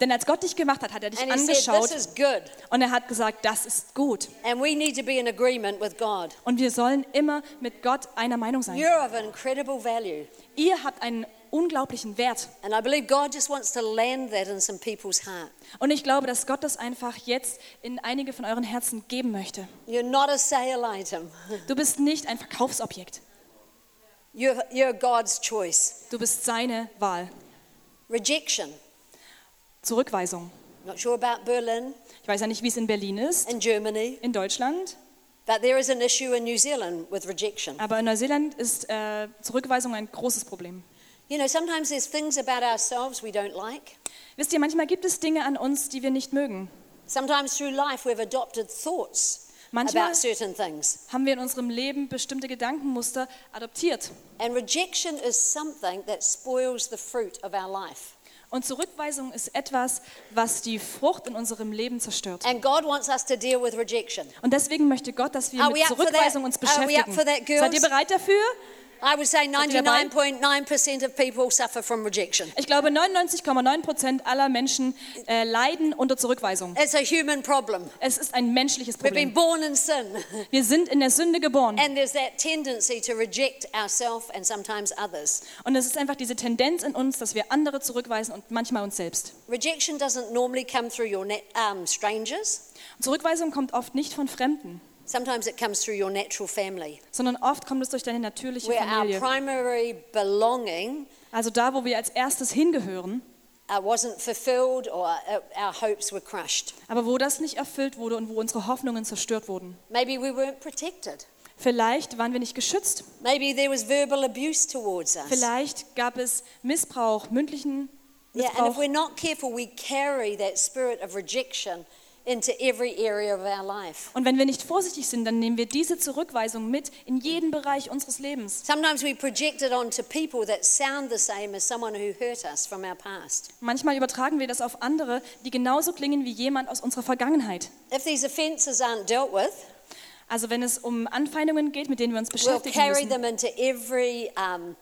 S3: Denn als Gott dich gemacht hat, hat er dich
S2: and He said, This
S3: angeschaut
S2: is good.
S3: und er hat gesagt, das ist gut.
S2: And we need to be in agreement with God.
S3: Und wir sollen immer mit Gott einer Meinung sein.
S2: You're of incredible value.
S3: Ihr habt einen unglaublichen Wert.
S2: And I believe God just wants to land that in some people's heart.
S3: Und ich glaube, dass Gott das einfach jetzt in einige von euren Herzen geben möchte.
S2: You're not a sale item.
S3: Du bist nicht ein Verkaufsobjekt.
S2: You're, you're God's choice.
S3: Du bist seine Wahl.
S2: Rejection.
S3: Zurückweisung.
S2: Not sure about Berlin
S3: Ich weiß ja nicht, wie es in Berlin ist,
S2: and Germany,
S3: in Deutschland,
S2: but there is an issue in New Zealand with rejection.
S3: aber in Neuseeland ist äh, Zurückweisung ein großes Problem.
S2: You know, sometimes there's things about ourselves we don't like.
S3: Wisst ihr, manchmal gibt es Dinge an uns, die wir nicht mögen.
S2: Sometimes through life we've adopted thoughts
S3: Manchmal
S2: about certain things.
S3: haben wir in unserem Leben bestimmte Gedankenmuster adoptiert.
S2: And rejection is something that spoils the fruit of our life.
S3: Und Zurückweisung ist etwas, was die Frucht in unserem Leben zerstört.
S2: And God wants us to deal with rejection.
S3: Und deswegen möchte Gott, dass wir
S2: Are we
S3: mit
S2: up for that?
S3: Zurückweisung uns
S2: Are we up
S3: beschäftigen.
S2: for that, girls?
S3: Seid ihr bereit dafür?
S2: I would say
S3: Seid ihr dabei?
S2: 99.9% of people suffer from rejection.
S3: Ich glaube, 99,9 Prozent aller Menschen äh, leiden unter Zurückweisung.
S2: It's a human problem.
S3: Es ist ein menschliches
S2: We've been
S3: Problem.
S2: born in sin,
S3: Wir sind in der Sünde geboren
S2: and there's that tendency to reject ourselves and sometimes others.
S3: und es ist einfach diese Tendenz in uns, dass wir andere zurückweisen und manchmal uns selbst.
S2: Rejection doesn't normally come through your na- um, strangers.
S3: Zurückweisung kommt oft nicht von Fremden,
S2: Sometimes it comes through your natural family,
S3: sondern oft kommt es durch deine natürliche
S2: where our
S3: Familie.
S2: primary belonging
S3: Also da, wo wir als erstes hingehören,
S2: uh, wasn't fulfilled or uh, our hopes were crushed.
S3: aber wo das nicht erfüllt wurde und wo unsere Hoffnungen zerstört wurden.
S2: Maybe we weren't protected.
S3: Vielleicht waren wir nicht geschützt.
S2: Maybe there was verbal abuse towards us.
S3: Vielleicht gab es Missbrauch, mündlichen
S2: Yeah, and if
S3: Missbrauch.
S2: we're not careful, we carry that spirit of rejection into every area of our life.
S3: Und wenn wir nicht vorsichtig sind, dann nehmen wir diese Zurückweisung mit in jeden Bereich unseres Lebens.
S2: Sometimes we project it onto people that sound the same as someone who hurt us from our past.
S3: Manchmal übertragen wir das auf andere, die genauso klingen wie jemand aus unserer Vergangenheit.
S2: If these offences aren't dealt with,
S3: Also wenn es um Anfeindungen geht, mit denen wir uns
S2: we'll
S3: beschäftigen
S2: carry
S3: müssen,
S2: them into every um,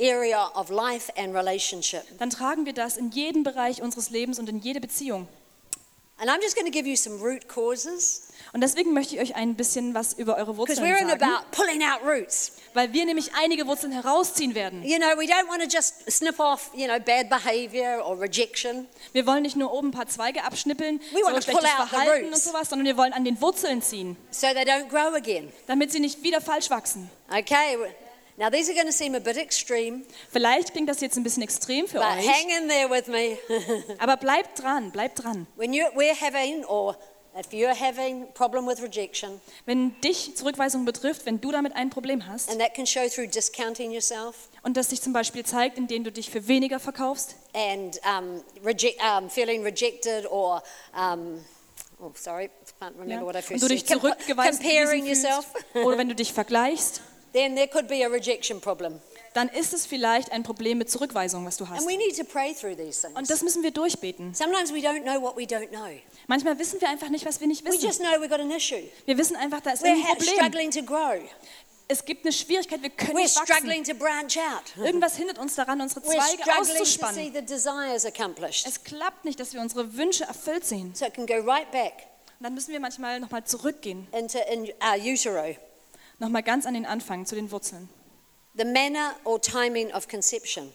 S2: area of life and relationship.
S3: dann tragen wir das in jeden Bereich unseres Lebens und in jede Beziehung.
S2: And I'm just going to give you some root causes
S3: Und deswegen möchte ich euch ein bisschen was über eure
S2: because
S3: Wurzeln
S2: we're in
S3: sagen,
S2: about pulling out roots.
S3: weil wir nämlich einige Wurzeln herausziehen werden.
S2: You know, we don't want to just snip off, you know, bad behavior or rejection.
S3: Wir wollen nicht nur oben ein paar Zweige abschnippeln,
S2: We wanna
S3: so schlechtes
S2: pull out the
S3: Verhalten und
S2: roots.
S3: sowas, sondern wir wollen an den Wurzeln ziehen,
S2: so they don't grow again.
S3: damit sie nicht wieder falsch wachsen.
S2: Okay, w- now these are going to seem a bit extreme,
S3: Vielleicht klingt das jetzt ein bisschen extrem für
S2: but
S3: euch,
S2: hang in there with me.
S3: aber bleibt dran, bleibt dran.
S2: when you, we're having, or if you're having, problem with rejection,
S3: Wenn dich Zurückweisung betrifft, wenn du damit ein Problem hast
S2: and that can show through discounting yourself
S3: und das sich zum Beispiel zeigt, indem du dich für weniger verkaufst
S2: and um, reject, um, feeling rejected or. Um, Oh, sorry, I can't remember
S3: ja,
S2: what I
S3: und
S2: first
S3: du
S2: said.
S3: dich
S2: Com-
S3: zurückgeweist
S2: comparing
S3: fühlst
S2: yourself,
S3: oder wenn du dich vergleichst,
S2: then there could be a rejection problem.
S3: dann ist es vielleicht ein Problem mit Zurückweisung, was du
S2: And
S3: hast.
S2: we need to pray through these things.
S3: Und das müssen wir durchbeten.
S2: Sometimes we don't know what we don't know.
S3: Manchmal wissen wir einfach nicht, was wir nicht
S2: We
S3: wissen.
S2: just know we've got an issue.
S3: Wir wissen einfach, da ist
S2: We're
S3: ein
S2: ha-
S3: Problem.
S2: struggling to grow.
S3: Es gibt eine Schwierigkeit, wir können
S2: We're
S3: nicht wachsen.
S2: struggling to branch out.
S3: Irgendwas hindert uns daran, unsere
S2: We're
S3: Zweige
S2: struggling to see
S3: auszuspannen.
S2: the desires accomplished.
S3: Es klappt nicht, dass wir unsere Wünsche erfüllt sehen.
S2: So it can go right back
S3: Und dann müssen wir manchmal nochmal zurückgehen.
S2: into in our utero.
S3: Nochmal ganz an den Anfang, zu den Wurzeln.
S2: The manner or timing of conception.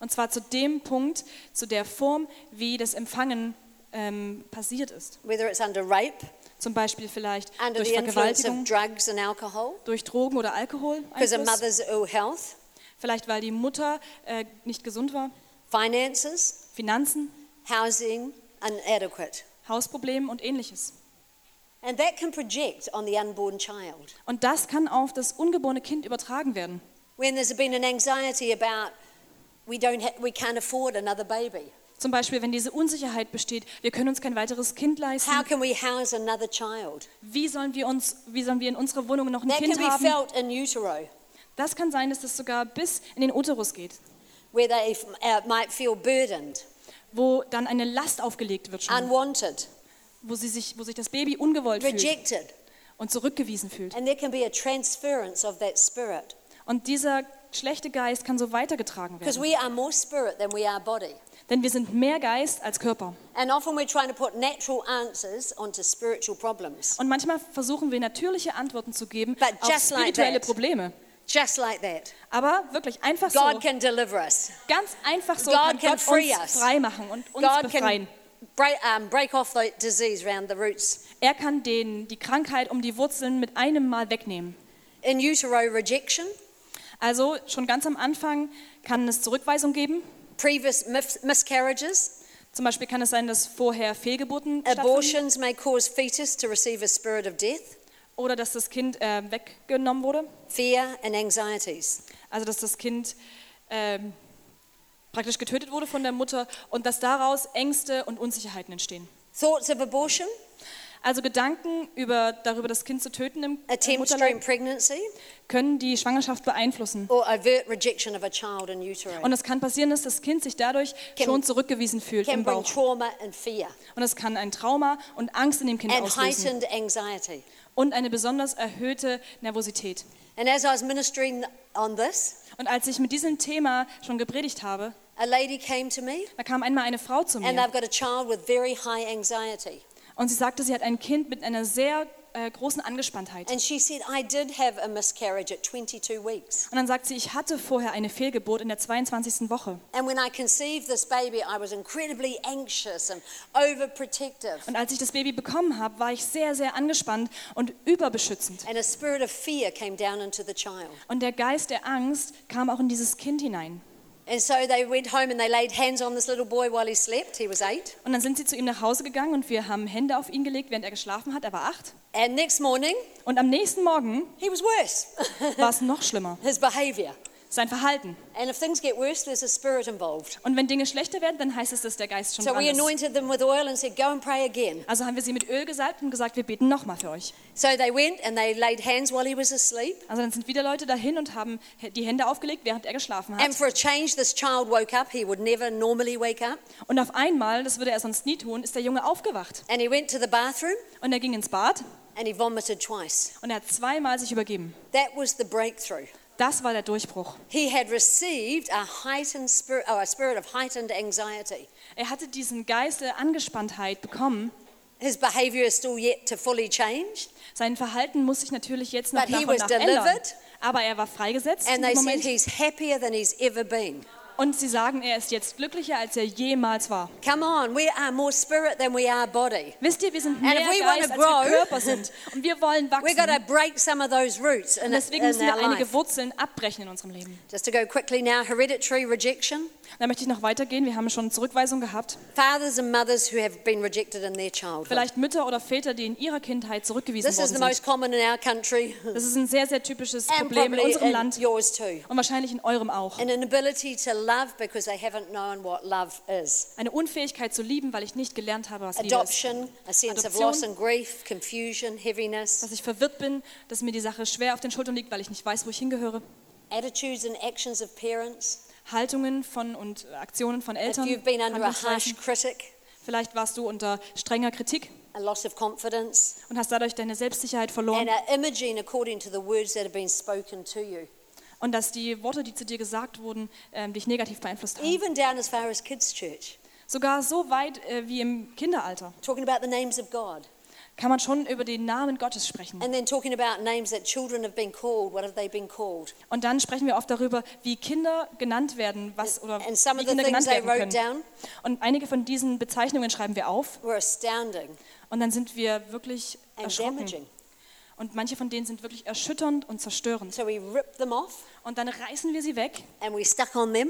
S3: Und zwar zu dem Punkt, zu der Form, wie das Empfangen ähm, passiert ist.
S2: Whether it's under rape,
S3: Zum Beispiel vielleicht
S2: under
S3: durch
S2: the influence
S3: Vergewaltigung,
S2: of drugs and alcohol,
S3: durch Drogen oder Alkohol.
S2: because of
S3: Einfluss.
S2: mother's ill health,
S3: Vielleicht weil die Mutter äh, nicht gesund war,
S2: finances,
S3: Finanzen,
S2: housing inadequate.
S3: Hausprobleme und ähnliches.
S2: And that can project on the unborn child.
S3: Und das kann auf das ungeborene Kind übertragen werden.
S2: When there's been an anxiety about we, don't ha- we can't afford another baby.
S3: Zum Beispiel, wenn diese Unsicherheit besteht, wir können uns kein weiteres Kind leisten.
S2: How can we house another child?
S3: Wie sollen wir uns, wie sollen wir in unserer Wohnung noch ein
S2: That can
S3: Kind
S2: be
S3: haben?
S2: felt in utero,
S3: Das kann sein, dass das sogar bis in den Uterus geht,
S2: where they f- uh, might feel burdened,
S3: wo dann eine Last aufgelegt wird,
S2: Mm.
S3: schon,
S2: unwanted,
S3: wo, sie sich, wo sich das Baby ungewollt fühlt
S2: rejected.
S3: und zurückgewiesen fühlt.
S2: And there can be a transference of that spirit.
S3: Und dieser schlechte Geist kann so weitergetragen
S2: Because
S3: werden.
S2: we are more spirit than we are body.
S3: Denn wir sind mehr Geist als Körper.
S2: And often we're trying to put natural answers onto spiritual problems.
S3: Und manchmal versuchen wir natürliche Antworten zu geben
S2: But
S3: auf
S2: just like
S3: spirituelle
S2: that.
S3: Probleme.
S2: Just like that.
S3: Aber wirklich einfach so,
S2: God can deliver us.
S3: ganz einfach so
S2: God
S3: kann
S2: can
S3: Gott
S2: free
S3: uns
S2: us.
S3: frei machen und uns
S2: God
S3: befreien.
S2: can break, um, break off the disease round the roots.
S3: Er kann den, die Krankheit um die Wurzeln mit einem Mal wegnehmen.
S2: In utero rejection,
S3: Also schon ganz am Anfang kann es Zurückweisung geben.
S2: previous mis- miscarriages,
S3: Zum Beispiel kann es sein, dass vorher Fehlgeburten stattfinden
S2: abortions may cause fetus to receive a spirit of death.
S3: oder dass das Kind äh, weggenommen wurde.
S2: fear and anxieties.
S3: Also dass das Kind ähm, praktisch getötet wurde von der Mutter und dass daraus Ängste und Unsicherheiten entstehen.
S2: Thoughts of abortion,
S3: Also Gedanken über, darüber, das Kind zu töten im im
S2: attempts during
S3: Mutterleib
S2: pregnancy,
S3: können die Schwangerschaft beeinflussen.
S2: or overt rejection of a child in utero.
S3: Und es kann passieren, dass das Kind sich dadurch
S2: Can-
S3: schon zurückgewiesen fühlt
S2: can
S3: im
S2: bring
S3: Bauch.
S2: trauma and fear
S3: Und es kann ein Trauma und Angst in dem Kind
S2: and
S3: auslösen.
S2: heightened anxiety.
S3: Und eine besonders erhöhte Nervosität.
S2: And as I was ministering on this,
S3: Und als ich mit diesem Thema schon gepredigt habe,
S2: a lady came to me
S3: da kam einmal eine Frau zu
S2: and
S3: mir
S2: they've got a child with very high anxiety.
S3: und sie sagte, sie hat ein Kind mit einer sehr äh, großen Angespanntheit.
S2: And she said, I did have a miscarriage at 22 weeks.
S3: Und dann sagt sie, ich hatte vorher eine Fehlgeburt in der 22. Woche.
S2: And when I conceived this baby, I was incredibly anxious and overprotective.
S3: Und als ich das Baby bekommen habe, war ich sehr, sehr angespannt und überbeschützend.
S2: And a spirit of fear came down into the child.
S3: Und der Geist der Angst kam auch in dieses Kind hinein.
S2: And so they went home and they laid hands on this little boy while he slept. He was eight.
S3: Und dann sind sie zu ihm nach Hause gegangen und wir haben Hände auf ihn gelegt, während er geschlafen hat. Er war acht.
S2: And next morning,
S3: Und am nächsten Morgen
S2: he was worse.
S3: war es noch schlimmer.
S2: His behavior.
S3: Sein Verhalten.
S2: And if things get worse, there's a spirit involved.
S3: Und wenn Dinge schlechter werden, dann heißt es, dass der Geist schon
S2: So
S3: dran
S2: we
S3: ist.
S2: anointed them with oil and said, Go and pray again.
S3: Also haben wir sie mit Öl gesalbt und gesagt, wir beten nochmal für euch.
S2: So they went and they laid hands while he was asleep.
S3: Also dann sind wieder Leute dahin und haben die Hände aufgelegt, während er geschlafen
S2: And
S3: hat.
S2: for a change, this child woke up. He would never normally wake up.
S3: Und auf einmal, das würde er sonst nie tun, ist der Junge aufgewacht.
S2: And he went to the bathroom
S3: Und er ging ins Bad
S2: and he vomited twice.
S3: und er hat zweimal sich übergeben.
S2: That was the breakthrough.
S3: Das war der Durchbruch.
S2: He had received a heightened spirit, oh, a spirit of heightened anxiety.
S3: Er hatte diesen Geist der Angespanntheit bekommen.
S2: His behavior is still yet to fully change.
S3: Sein Verhalten muss sich natürlich jetzt noch
S2: But
S3: nach
S2: he
S3: und
S2: was
S3: nach ändern.
S2: delivered.
S3: Aber er war freigesetzt
S2: And
S3: im
S2: they said
S3: Moment.
S2: he's happier than he's ever been.
S3: Und sie sagen, er ist jetzt glücklicher, als er jemals war.
S2: Come on, we are more spirit than we are body.
S3: Wisst ihr, wir sind
S2: And
S3: mehr
S2: if we
S3: Geist, als
S2: wanna grow-
S3: wir Körper sind. Und wir wollen
S2: We've got
S3: wachsen.
S2: to break some of those roots in,
S3: Und deswegen
S2: in
S3: müssen wir
S2: our life.
S3: einige Wurzeln abbrechen in unserem Leben.
S2: Just to go quickly now, hereditary rejection.
S3: Da möchte ich noch weitergehen. Wir haben schon Zurückweisung gehabt.
S2: Fathers and mothers who have been rejected in their childhood.
S3: Vielleicht Mütter oder Väter, die in ihrer Kindheit zurückgewiesen
S2: This is the
S3: worden sind.
S2: most common in our country
S3: Das ist ein sehr, sehr typisches
S2: and
S3: Problem in
S2: probably
S3: unserem
S2: in
S3: Land
S2: yours too.
S3: und wahrscheinlich in eurem auch.
S2: An inability to love because they haven't known what love is.
S3: Eine Unfähigkeit zu lieben, weil ich nicht gelernt habe, was Liebe ist.
S2: Adoption, a sense of
S3: Adoption.
S2: loss and grief, confusion, heaviness.
S3: Dass ich verwirrt bin, dass mir die Sache schwer auf den Schultern liegt, weil ich nicht weiß, wo ich hingehöre.
S2: Attitudes and actions of parents.
S3: Haltungen von und Aktionen von
S2: If
S3: Eltern.
S2: you've been under a harsh
S3: Handlungsweisen.
S2: critic,
S3: Vielleicht warst du unter strenger Kritik
S2: a loss of confidence,
S3: und hast dadurch deine Selbstsicherheit
S2: and
S3: verloren.
S2: an imaging according to the words that have been spoken to you.
S3: Und dass die Worte, die zu dir gesagt wurden, ähm, dich negativ beeinflusst haben.
S2: Even down as far as kids' church,
S3: Sogar so weit äh, wie im Kinderalter
S2: talking about the names of God,
S3: kann man schon über den Namen Gottes sprechen.
S2: and then talking about names that children have been called. What have they been called?
S3: Und dann sprechen wir oft darüber, wie Kinder genannt werden, was oder
S2: And some
S3: wie
S2: of the
S3: Kinder
S2: things
S3: genannt
S2: I
S3: werden
S2: wrote
S3: können.
S2: down
S3: Und einige von diesen Bezeichnungen schreiben wir auf
S2: were astounding
S3: und dann sind wir wirklich
S2: and
S3: erschrocken.
S2: damaging.
S3: Und manche von denen sind wirklich erschütternd und zerstörend.
S2: So we ripped them off
S3: Und dann reißen wir sie weg
S2: and we stuck on them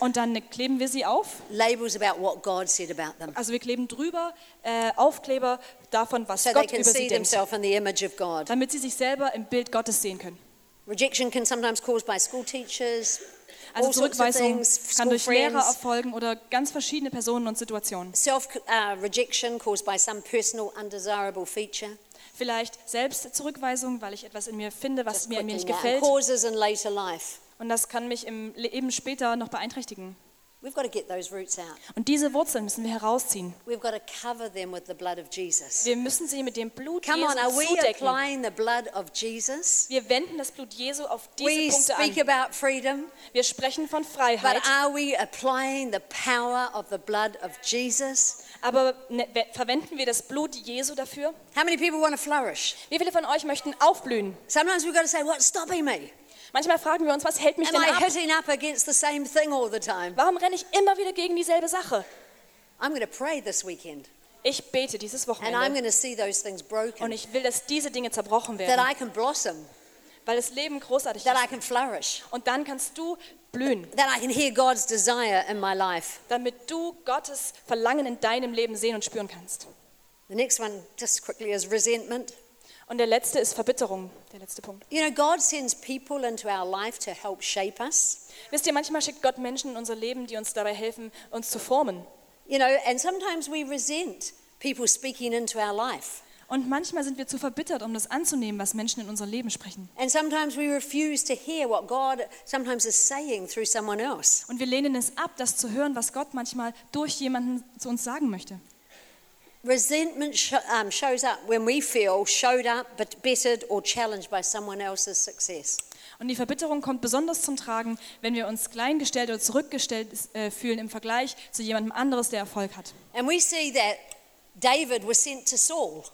S3: und dann kleben wir sie auf.
S2: labels about what God said about them.
S3: Also wir kleben drüber äh, Aufkleber davon, was
S2: So they
S3: Gott
S2: can
S3: über
S2: see
S3: sie denkt,
S2: themselves in the image of God.
S3: damit sie sich selber im Bild Gottes sehen können.
S2: Rejection can sometimes caused by school teachers,
S3: Also
S2: all sorts of
S3: Zurückweisung
S2: things,
S3: kann
S2: school
S3: durch Lehrer
S2: friends.
S3: erfolgen oder ganz verschiedene Personen und Situationen.
S2: Self uh, rejection caused by some personal undesirable feature.
S3: Vielleicht Selbstzurückweisung, weil ich etwas in mir finde,
S2: Just
S3: was mir,
S2: quickly
S3: mir nicht
S2: now.
S3: gefällt.
S2: Causes in later life.
S3: Und das kann mich im Leben später noch beeinträchtigen.
S2: We've got to get those roots out.
S3: Und diese Wurzeln müssen wir herausziehen.
S2: We've got to cover them with the blood of Jesus.
S3: Wir müssen sie mit dem Blut
S2: Come on,
S3: Jesu
S2: are we
S3: zudecken.
S2: applying the blood of Jesus?
S3: Wir wenden das Blut Jesu auf diese
S2: We
S3: Punkte
S2: speak
S3: an.
S2: about freedom,
S3: Wir sprechen von
S2: but
S3: Freiheit,
S2: are we applying the power of the blood of Jesus?
S3: aber ne, we- verwenden wir das Blut Jesu dafür?
S2: How many people want to flourish?
S3: Wie viele von euch möchten aufblühen?
S2: Sometimes we've got to say, What's stopping me?
S3: Manchmal fragen wir uns, was hält mich
S2: Am
S3: denn
S2: I
S3: ab?
S2: hitting up against the same thing all the time?
S3: Warum renne ich immer wieder gegen dieselbe Sache?
S2: I'm going to pray this weekend
S3: Ich bete dieses
S2: and I'm
S3: Wochenende
S2: going to see those things
S3: und
S2: broken.
S3: ich will, dass diese Dinge zerbrochen
S2: That
S3: werden,
S2: I can blossom,
S3: weil das Leben großartig
S2: that
S3: ist.
S2: I can flourish,
S3: Und dann kannst du blühen,
S2: that I can hear God's desire in my life.
S3: damit du Gottes Verlangen in deinem Leben sehen und spüren kannst.
S2: The next one, just quickly, is resentment.
S3: Und der letzte ist Verbitterung, der letzte Punkt.
S2: You know, God sends people into our life to help shape us.
S3: Wisst ihr, manchmal schickt Gott Menschen in unser Leben, die uns dabei helfen, uns zu formen.
S2: You know, and sometimes we resent people speaking into our life.
S3: Und manchmal sind wir zu verbittert, um das anzunehmen, was Menschen in unser Leben sprechen.
S2: And sometimes we refuse to hear what God sometimes is saying through someone else.
S3: Und wir lehnen es ab, das zu hören, was Gott manchmal durch jemanden zu uns sagen möchte.
S2: Resentment sho- um, shows up when we feel showed up, but bittered or challenged by someone else's success.
S3: Und die Verbitterung kommt besonders zum Tragen, wenn wir uns kleingestellt oder zurückgestellt äh, fühlen im Vergleich zu jemandem anderes, der Erfolg hat.
S2: And we see that David was sent to Saul.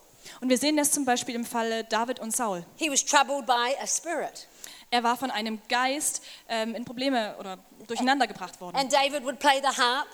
S3: Und wir sehen das zum Beispiel im Falle David und Saul.
S2: He was troubled by a spirit.
S3: Er war von einem Geist ähm, in Probleme oder durcheinander gebracht worden.
S2: And David would play the harp,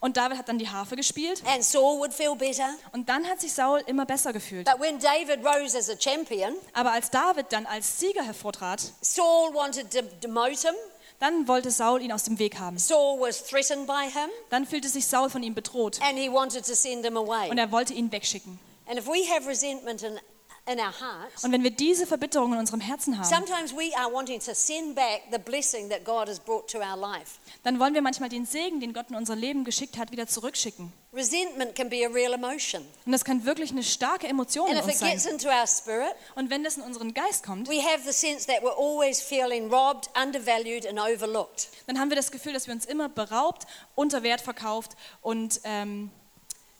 S3: Und David hat dann die Harfe gespielt
S2: and Saul would feel better.
S3: und dann hat sich Saul immer besser gefühlt.
S2: But when David rose as a champion,
S3: Aber als David dann als Sieger hervortrat,
S2: Saul wanted to demote him.
S3: dann wollte Saul ihn aus dem Weg haben.
S2: Saul was threatened by him,
S3: Dann fühlte sich Saul von ihm bedroht
S2: and he wanted to send him away.
S3: und er wollte ihn wegschicken.
S2: And if we have resentment in, in our hearts,
S3: Und wenn wir diese Verbitterung in unserem Herzen haben,
S2: sometimes we are wanting to send back the blessing that God has brought to our life.
S3: dann wollen wir manchmal den Segen, den Gott in unser Leben geschickt hat, wieder zurückschicken.
S2: Resentment can be a real emotion.
S3: Und das kann wirklich eine starke Emotion
S2: And
S3: in
S2: if
S3: uns
S2: it
S3: sein.
S2: gets into our spirit,
S3: Und wenn das in unseren Geist kommt,
S2: we have the sense that we're always feeling robbed, undervalued, and overlooked.
S3: dann haben wir das Gefühl, dass wir uns immer beraubt, unter Wert verkauft und ähm,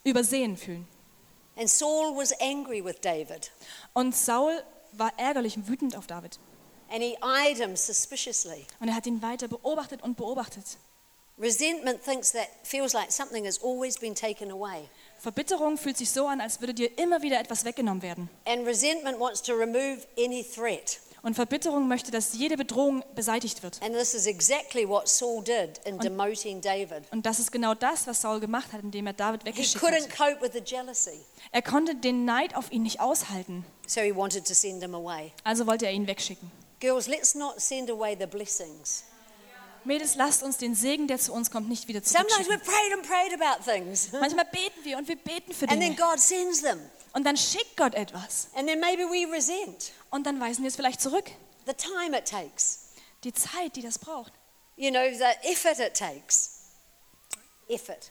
S3: übersehen fühlen.
S2: And Saul was angry with David,
S3: Und Saul war ärgerlich und wütend auf David.
S2: and he eyed him suspiciously.
S3: Und er hat ihn weiter beobachtet und beobachtet.
S2: Resentment thinks that feels like something has always been taken away.
S3: Verbitterung fühlt sich so an, als würde dir immer wieder etwas weggenommen werden.
S2: And resentment wants to remove any threat.
S3: Und Verbitterung möchte, dass jede Bedrohung beseitigt wird.
S2: And this is exactly what Saul did in demoting David.
S3: Und das ist genau das, was Saul gemacht hat, indem er David
S2: He
S3: weggeschickt
S2: couldn't
S3: hat.
S2: cope with the jealousy,
S3: Er konnte den Neid auf ihn nicht aushalten,
S2: so he wanted to send him away.
S3: also wollte er ihn wegschicken.
S2: Girls, let's not send away the blessings.
S3: Mädels, lasst uns den Segen, der zu uns kommt, nicht wieder
S2: Sometimes we've
S3: zurückschicken.
S2: prayed and prayed about things,
S3: Manchmal beten wir und wir beten für
S2: and then
S3: Dinge.
S2: God sends them,
S3: Und dann schickt Gott etwas.
S2: and then maybe we resent
S3: Und dann weisen wir es vielleicht zurück.
S2: the time it takes,
S3: Die Zeit, die das braucht.
S2: you know, the effort it takes. Effort.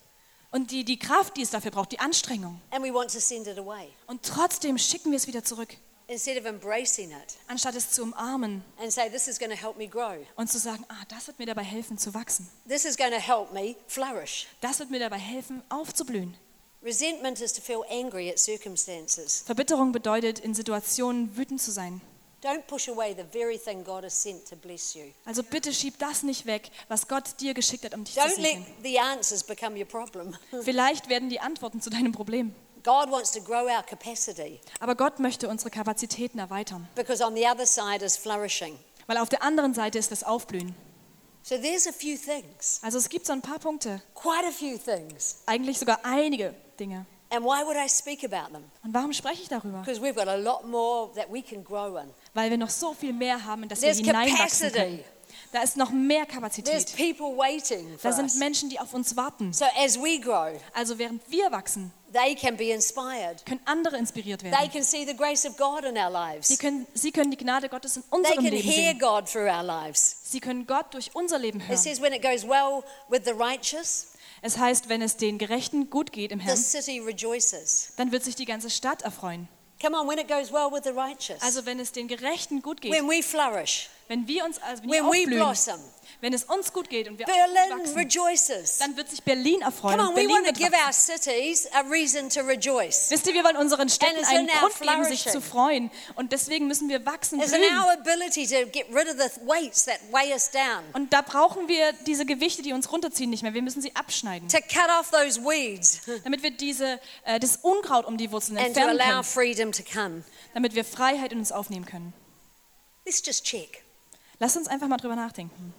S3: Und die, die Kraft, die es dafür braucht, die Anstrengung.
S2: And we want to send it away
S3: Und trotzdem schicken wir es wieder zurück,
S2: instead of embracing it
S3: anstatt es zu umarmen
S2: and say, This is going to help me grow.
S3: und zu sagen, ah, das wird mir dabei helfen zu wachsen.
S2: This is going to help me flourish.
S3: Das wird mir dabei helfen aufzublühen.
S2: Resentment is to feel angry at circumstances.
S3: Verbitterung bedeutet, in Situationen wütend zu sein.
S2: Don't push away the very thing God has sent to bless you.
S3: Also bitte schieb das nicht weg, was Gott dir geschickt hat, um dich zu
S2: Don't
S3: segnen.
S2: let the answers become your problem.
S3: Vielleicht werden die Antworten zu deinem Problem.
S2: God wants to grow our capacity
S3: Aber Gott möchte unsere Kapazitäten erweitern,
S2: because on the other side is flourishing.
S3: weil auf der anderen Seite ist das Aufblühen.
S2: So there's a few things,
S3: Also es gibt so ein paar Punkte,
S2: quite a few things.
S3: eigentlich sogar einige Dinge.
S2: And why would I speak about them?
S3: Und warum spreche ich darüber?
S2: Because we've got a lot more that we can grow in.
S3: Weil wir noch so viel mehr haben, in das wir
S2: There's
S3: hineinwachsen
S2: capacity.
S3: können. Da ist noch mehr
S2: There's
S3: Kapazität.
S2: people waiting for
S3: Da sind
S2: us.
S3: Menschen, die auf uns warten.
S2: So as we grow,
S3: Also während wir wachsen,
S2: they can be inspired.
S3: können andere inspiriert
S2: They
S3: werden.
S2: can see the grace of God in our
S3: Sie
S2: lives.
S3: können, sie können die Gnade Gottes in
S2: They
S3: unserem
S2: can
S3: Leben
S2: hear
S3: sehen.
S2: God through our lives.
S3: Sie können Gott durch unser Leben
S2: It
S3: hören.
S2: says, when it goes well with the righteous,
S3: Es heißt, wenn es den Gerechten gut geht im
S2: the
S3: Herrn,
S2: city rejoices.
S3: dann wird sich die ganze Stadt erfreuen.
S2: Come on, when it goes well with the righteous,
S3: Also wenn es den Gerechten gut geht,
S2: when we flourish,
S3: wenn wir uns also wenn wir
S2: when we
S3: aufblühen,
S2: blossom,
S3: wenn es uns gut geht und wir
S2: Berlin
S3: wachsen,
S2: rejoices.
S3: dann wird sich Berlin erfreuen.
S2: Come
S3: Und
S2: on, we
S3: Berlin
S2: want to give
S3: wird wachsen.
S2: our cities a reason to rejoice.
S3: Wisst ihr, wir wollen unseren Städten
S2: And it's
S3: einen
S2: in our
S3: Grund geben, sich
S2: flourishing.
S3: zu freuen. Und deswegen müssen wir wachsen
S2: It's in
S3: blühen.
S2: our ability to get rid of the weights that weigh us down,
S3: Und da brauchen wir diese Gewichte, die uns runterziehen, nicht mehr. Wir müssen sie abschneiden,
S2: to cut off those weeds,
S3: damit wir diese, äh, das Unkraut um die Wurzeln
S2: and to
S3: entfernen
S2: allow
S3: können,
S2: freedom to come.
S3: damit wir Freiheit in uns aufnehmen können.
S2: Let's just check.
S3: Lass uns einfach mal drüber nachdenken.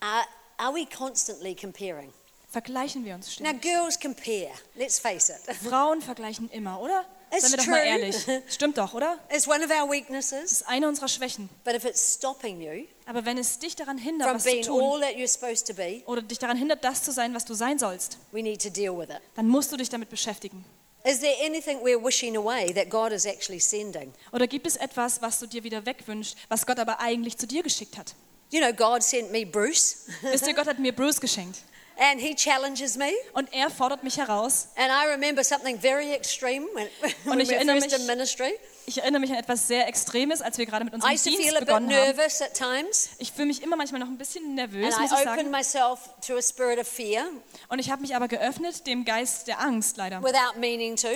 S2: Are, are we constantly comparing?
S3: Vergleichen wir uns ständig.
S2: Now, girls compare. Let's face it.
S3: Frauen vergleichen immer, oder?
S2: It's
S3: Seien wir doch
S2: true.
S3: mal ehrlich. Stimmt doch, oder?
S2: It's one of our weaknesses,
S3: Das ist eine unserer Schwächen.
S2: but if it's stopping you
S3: Aber wenn es dich daran hindert,
S2: from
S3: was zu
S2: being
S3: tun,
S2: all that you're supposed to be,
S3: oder dich daran hindert, das zu sein, was du sein sollst,
S2: we need to deal with it.
S3: dann musst du dich damit beschäftigen.
S2: Is there anything we're wishing away that God is actually sending?
S3: Oder gibt es etwas, was du dir wieder wegwünschst, was Gott aber eigentlich zu dir geschickt hat?
S2: You know, God sent me Bruce,
S3: Wisst ihr, Gott hat mir Bruce geschenkt.
S2: and he challenges me.
S3: Und er fordert mich heraus.
S2: And I remember something very extreme when, when we
S3: ich
S2: were
S3: erinnere
S2: first in
S3: mich-
S2: ministry.
S3: Ich erinnere mich an etwas sehr Extremes, als wir gerade mit
S2: I
S3: unserem
S2: used to
S3: Dienst
S2: feel a bit
S3: begonnen haben.
S2: nervous at times,
S3: Ich fühle mich immer manchmal noch ein bisschen
S2: and
S3: nervös, muss ich
S2: I opened
S3: sagen.
S2: myself to a spirit of fear
S3: Und ich habe mich aber geöffnet dem Geist der Angst, leider.
S2: without meaning to.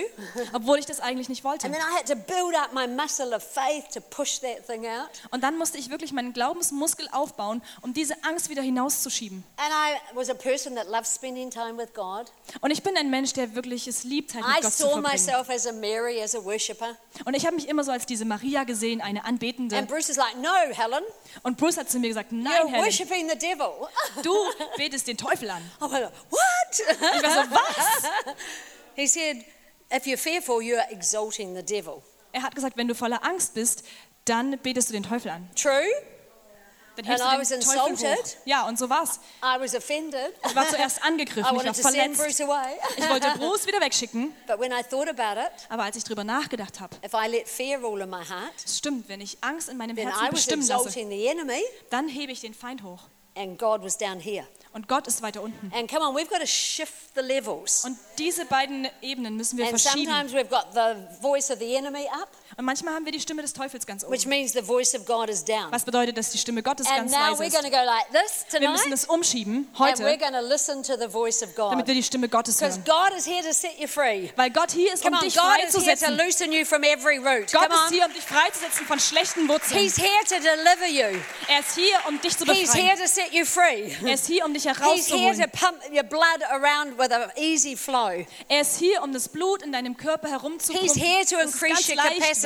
S3: Obwohl ich das eigentlich nicht wollte.
S2: And then I had to build up my muscle of faith to push that thing out.
S3: Und dann musste ich wirklich meinen Glaubensmuskel aufbauen, um diese Angst wieder hinauszuschieben.
S2: And I was a person that loved spending time with God.
S3: Und ich bin ein Mensch, der wirklich es liebt, Zeit
S2: I
S3: mit Gott zu
S2: saw
S3: verbringen.
S2: myself as a Mary, as a worshipper.
S3: Und ich habe mich immer so als diese Maria gesehen, eine Anbetende.
S2: And Bruce is like, No, Helen,
S3: Und Bruce hat zu mir gesagt, nein,
S2: you're
S3: Helen,
S2: worshiping the devil.
S3: du betest den Teufel an.
S2: I went, What?
S3: Ich war so, was?
S2: He said, If you're fearful, you're exalting the devil.
S3: Er hat gesagt, wenn du voller Angst bist, dann betest du den Teufel an.
S2: True.
S3: Dann
S2: And
S3: hebst
S2: I
S3: du
S2: was
S3: den Teufel hoch.
S2: insulted.
S3: Ja, und so war's.
S2: I was offended.
S3: Ich war zuerst
S2: I
S3: angegriffen, ich war
S2: wanted to send
S3: verletzt.
S2: Bruce away.
S3: Ich wollte Bruce wieder wegschicken,
S2: But when I thought about it,
S3: aber als ich drüber nachgedacht habe,
S2: if I let fear rule in my heart,
S3: es stimmt, wenn ich Angst in meinem
S2: then
S3: Herzen
S2: I was
S3: bestimmen lasse,
S2: exalting the enemy,
S3: dann hebe ich den Feind hoch.
S2: and God was down here.
S3: Und Gott ist weiter unten.
S2: And come on, we've got to shift the levels.
S3: Und diese beiden Ebenen müssen wir
S2: And
S3: verschieben.
S2: sometimes we've got the voice of the enemy up,
S3: Und manchmal haben wir die Stimme des Teufels ganz
S2: which
S3: oben.
S2: means the voice of God is down.
S3: Was bedeutet, dass die Stimme Gottes
S2: And
S3: ganz
S2: now
S3: leise
S2: we're
S3: ist.
S2: going to go like this
S3: Wir müssen
S2: tonight,
S3: das umschieben,
S2: and we're
S3: heute,
S2: going to listen to the voice of
S3: damit
S2: God.
S3: wir die Stimme Gottes
S2: Because
S3: hören.
S2: God is here to set you free.
S3: Weil Gott hier ist,
S2: Come
S3: um
S2: on,
S3: dich
S2: God is here to
S3: freizusetzen.
S2: loosen you from every root.
S3: Gott
S2: Come
S3: ist
S2: on.
S3: hier, um dich freizusetzen von schlechten Wurzeln.
S2: He's here to deliver you.
S3: Er ist hier, um dich zu
S2: He's here
S3: befreien.
S2: to set you free.
S3: Er ist hier, um dich
S2: He's here to
S3: herauszuholen.
S2: pump your blood around with an easy flow.
S3: Er ist hier, um das Blut in deinem Körper herumzupumpen.
S2: He's here to
S3: dass es
S2: increase
S3: ganz
S2: your
S3: leicht
S2: capacity.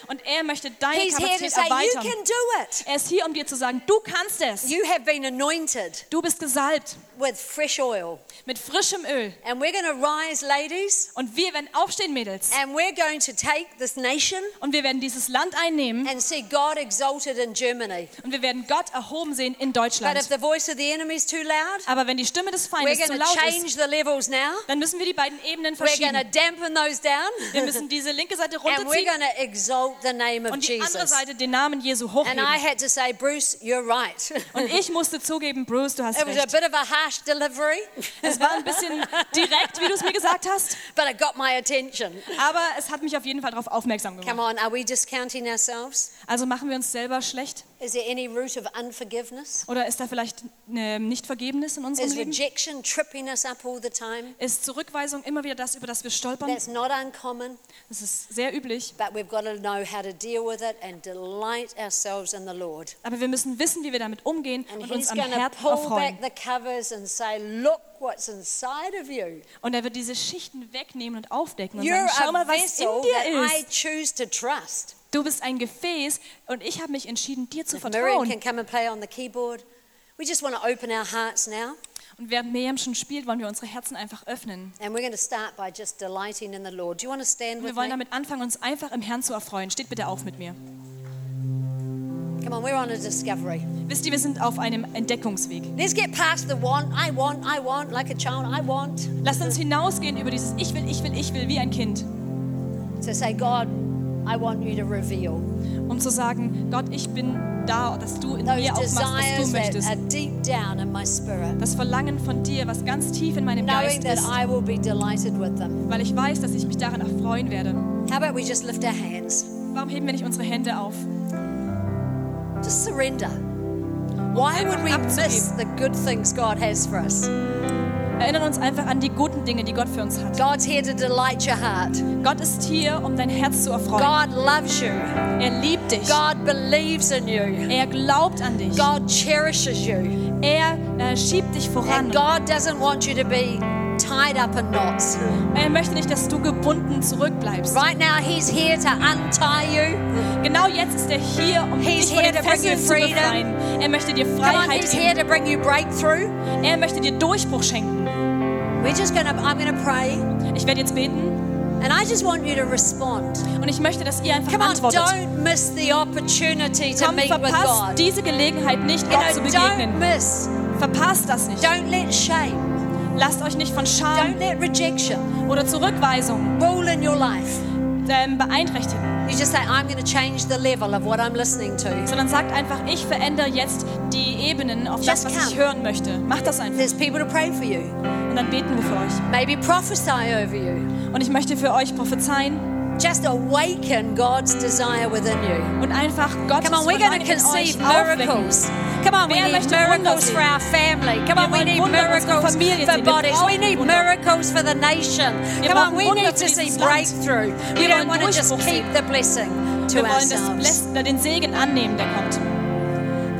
S3: Wird. Und er möchte deine
S2: He's here to
S3: Kapazität
S2: say, You
S3: erweitern.
S2: can do it.
S3: Er ist hier, um dir zu sagen, du kannst es.
S2: You have been anointed
S3: Du bist gesalbt
S2: with fresh oil.
S3: mit frischem Öl.
S2: And we're going to rise, ladies,
S3: Und wir werden aufstehen, Mädels.
S2: and we're going to take this nation
S3: Und wir werden dieses Land einnehmen.
S2: and see God exalted in Germany.
S3: Und wir werden Gott erhoben sehen in
S2: But if
S3: Deutschland.
S2: the voice of the enemy is too loud,
S3: Aber wenn die Stimme des
S2: we're
S3: Feindes zu
S2: going
S3: laut
S2: to
S3: ist,
S2: change the levels now.
S3: dann müssen wir die beiden Ebenen
S2: We're going to
S3: verschieben.
S2: dampen those down.
S3: Wir müssen diese linke Seite
S2: And we're
S3: runterziehen
S2: going to exalt the name of
S3: und die andere
S2: Jesus.
S3: Seite den Namen Jesu
S2: And I
S3: hochheben.
S2: had to say, Bruce, you're right.
S3: Und ich musste zugeben, Bruce, du hast
S2: It was a
S3: recht.
S2: bit of a harsh delivery,
S3: Es war ein bisschen direkt, wie du es mir gesagt hast,
S2: but it got my attention.
S3: aber es hat mich auf jeden Fall darauf aufmerksam
S2: Come
S3: gemacht.
S2: on, are we discounting ourselves?
S3: Also machen wir uns selber schlecht?
S2: Is there any root of unforgiveness?
S3: Oder ist da vielleicht eine Nichtvergebnis in unserem
S2: Is
S3: Leben?
S2: rejection tripping us up all the time?
S3: Ist Zurückweisung immer wieder das, über das wir stolpern?
S2: That's not uncommon,
S3: Das ist sehr üblich.
S2: but we've got to know how to deal with it and delight ourselves in the Lord.
S3: Aber wir müssen wissen, wie wir damit umgehen
S2: And
S3: und
S2: He's
S3: uns am
S2: going to
S3: Herz
S2: pull back
S3: erfreuen.
S2: the covers and say, Look what's inside of you.
S3: Und er wird diese Schichten wegnehmen und aufdecken und
S2: You're
S3: sagen, schau
S2: a
S3: mal, was in
S2: vessel that
S3: dir
S2: I
S3: ist.
S2: choose to trust.
S3: Du bist ein Gefäß und ich habe mich entschieden, dir zu
S2: Miriam can
S3: vertrauen.
S2: come and play on the keyboard. We just want to open our hearts now.
S3: Und während Miriam schon spielt, wollen wir unsere Herzen einfach öffnen.
S2: And we're going to start by just delighting in the Lord. Do you want to stand
S3: Und wir
S2: with
S3: wollen
S2: me?
S3: damit anfangen, uns einfach im Herrn zu erfreuen. Steht bitte auf mit mir.
S2: Come on, we're on a discovery.
S3: Wisst ihr, wir sind auf einem Entdeckungsweg.
S2: Let's get past the want, I want, I want, like a child, I want.
S3: Lasst uns hinausgehen über dieses Ich will, ich will, ich will, wie ein Kind,
S2: To say, God, I want you to reveal
S3: um zu sagen, Gott, ich bin da, dass du in
S2: those
S3: mir aufmachst, was du
S2: desires that
S3: möchtest.
S2: are deep down in my spirit,
S3: Das Verlangen von dir, was ganz tief in meinem
S2: knowing
S3: Geist
S2: that
S3: ist,
S2: I will be delighted with them.
S3: weil ich weiß, dass ich mich daran erfreuen werde.
S2: How about we just lift our hands?
S3: Warum heben wir nicht unsere Hände auf?
S2: Just surrender. Why would we miss the good things God has for us?
S3: Erinnern uns einfach an die guten Dinge, die Gott für uns hat.
S2: God's here to delight your heart.
S3: Gott ist hier, um dein Herz zu erfreuen.
S2: God loves you.
S3: Er liebt dich.
S2: God believes in you.
S3: Er glaubt an dich.
S2: God cherishes you.
S3: Er äh, schiebt dich
S2: And
S3: voran.
S2: God doesn't want you to be tied up in knots.
S3: Er möchte nicht, dass du gebunden zurückbleibst.
S2: Right now, He's here to untie you.
S3: Genau jetzt ist er hier, um
S2: He's
S3: dich von
S2: here
S3: den
S2: to bring you
S3: Fesseln zu
S2: freedom.
S3: befreien. Er möchte dir
S2: Come on, he's
S3: Freiheit
S2: here
S3: geben.
S2: to bring you breakthrough.
S3: Er möchte dir Durchbruch schenken.
S2: We're just gonna, I'm gonna pray,
S3: Ich werde jetzt beten
S2: and I just want you to respond.
S3: und ich möchte, dass ihr einfach
S2: Come on,
S3: antwortet.
S2: don't miss the opportunity to
S3: Komm,
S2: meet with
S3: verpasst
S2: God. You
S3: diese Gelegenheit nicht, Gott zu
S2: know, don't
S3: begegnen.
S2: miss.
S3: Verpasst das nicht.
S2: Don't let shame,
S3: Lasst euch nicht von Scham
S2: don't let rejection
S3: oder Zurückweisung
S2: rule in your life.
S3: ähm, beeinträchtigen,
S2: You just say, I'm going to change the level of what I'm listening to.
S3: sondern sagt einfach, ich verändere jetzt die Ebenen auf das,
S2: Just
S3: was ich
S2: come.
S3: hören möchte. Macht das einfach
S2: There's people to pray for you,
S3: und dann beten wir für euch.
S2: maybe prophesy over you.
S3: Und ich möchte für euch prophezeien
S2: Just awaken God's desire within you.
S3: und einfach Gottes
S2: Come on, we're going
S3: Verlangen
S2: to
S3: in
S2: conceive
S3: euch aufwecken.
S2: miracles. Come on, we
S3: Wer
S2: need
S3: möchte Wunder
S2: miracles
S3: sehen?
S2: for our family. Come
S3: Wir
S2: on, we
S3: wollen
S2: need
S3: Wunder in unserer
S2: miracles
S3: Familie
S2: for
S3: sehen. Wir
S2: bodies. We
S3: brauchen
S2: need
S3: Wunder.
S2: miracles for the nation. Come
S3: Wir
S2: on,
S3: brauchen
S2: we
S3: Wunder
S2: need
S3: für
S2: to see
S3: dieses Land.
S2: breakthrough. We don't
S3: Wir wollen
S2: want to just
S3: Durchbruch
S2: keep
S3: sehen.
S2: the blessing
S3: Wir
S2: to
S3: wollen das
S2: ourselves.
S3: Bless- äh, den Segen annehmen, der kommt.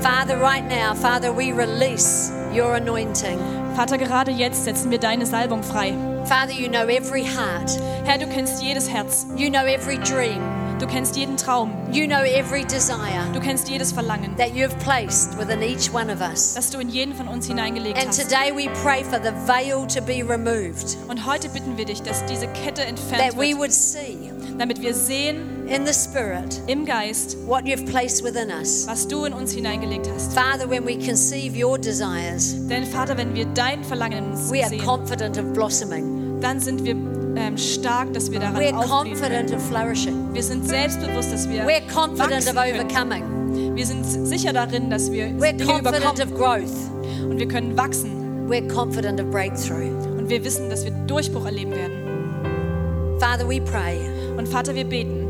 S2: Father, right now, Father, we release your anointing.
S3: Vater, gerade jetzt setzen wir deine Salbung frei.
S2: Father, you know every heart.
S3: Herr, du kennst jedes Herz.
S2: You know every dream.
S3: Du kennst jeden Traum.
S2: You know every desire
S3: Du kennst jedes Verlangen,
S2: that you have placed within each one of us.
S3: das du in jeden von uns hineingelegt
S2: And
S3: hast.
S2: today we pray for the veil to be removed,
S3: Und heute bitten wir dich, dass diese Kette entfernt
S2: that we
S3: wird,
S2: would see
S3: damit wir sehen
S2: in the Spirit
S3: im Geist,
S2: what you've placed within us.
S3: was du in uns hineingelegt hast.
S2: Father, when we conceive your desires,
S3: Denn Vater, wenn wir dein Verlangen in uns
S2: we are
S3: sehen,
S2: confident of blossoming.
S3: dann sind wir ähm, stark, dass wir daran
S2: We're
S3: aufblühen
S2: confident
S3: können.
S2: of flourishing.
S3: Wir sind selbstbewusst, dass wir
S2: We're confident
S3: wachsen
S2: of
S3: können.
S2: overcoming.
S3: Wir sind sicher darin, dass wir
S2: We're
S3: Dinge
S2: confident
S3: überkommen
S2: of growth.
S3: und wir können wachsen.
S2: We're confident of breakthrough.
S3: Und wir wissen, dass wir Durchbruch erleben werden.
S2: Father, we pray.
S3: Und Vater, wir beten.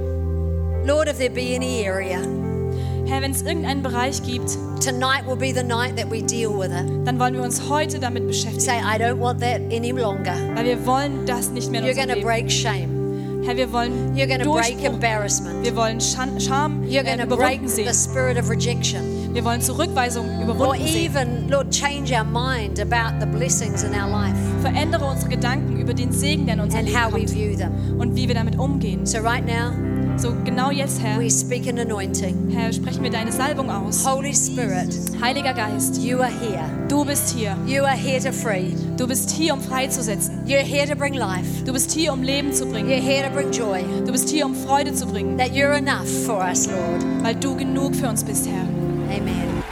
S2: Lord, if there be any area,
S3: Herr, wenn es irgendeinen Bereich gibt,
S2: tonight will be the night that we deal with it.
S3: dann wollen wir uns heute damit beschäftigen.
S2: Say, I don't want that any longer.
S3: Weil wir wollen das nicht mehr in
S2: You're
S3: unserem
S2: going to
S3: Leben.
S2: break shame.
S3: Herr, wir wollen
S2: You're going to break
S3: Durchbruch.
S2: embarrassment.
S3: Wir wollen Schan Scham
S2: You're going
S3: äh,
S2: to break
S3: überwunden sehen.
S2: the spirit of rejection.
S3: Wir wollen Zurückweisung
S2: Or
S3: überwunden sehen.
S2: even, Lord, change our mind about the blessings in our life
S3: Verändere unsere Gedanken über den Segen, der in unser
S2: and
S3: Leben
S2: how we
S3: kommt
S2: view them.
S3: und wie wir damit umgehen.
S2: So, right now,
S3: So genau jetzt, Herr,
S2: we speak an anointing.
S3: Herr, sprechen wir deine Salbung aus.
S2: Holy Spirit,
S3: Heiliger Geist,
S2: you are here.
S3: du bist hier.
S2: You are here to free.
S3: Du bist hier, um freizusetzen.
S2: You're here to bring life.
S3: Du bist hier, um Leben zu bringen.
S2: You're here to bring joy.
S3: Du bist hier, um Freude zu bringen,
S2: That you're enough for us, Lord.
S3: weil du genug für uns bist, Herr.
S2: Amen.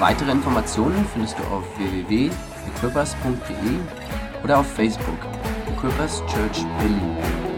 S1: Weitere Informationen findest du auf www.equippers.de oder auf Facebook Equippers Church Berlin.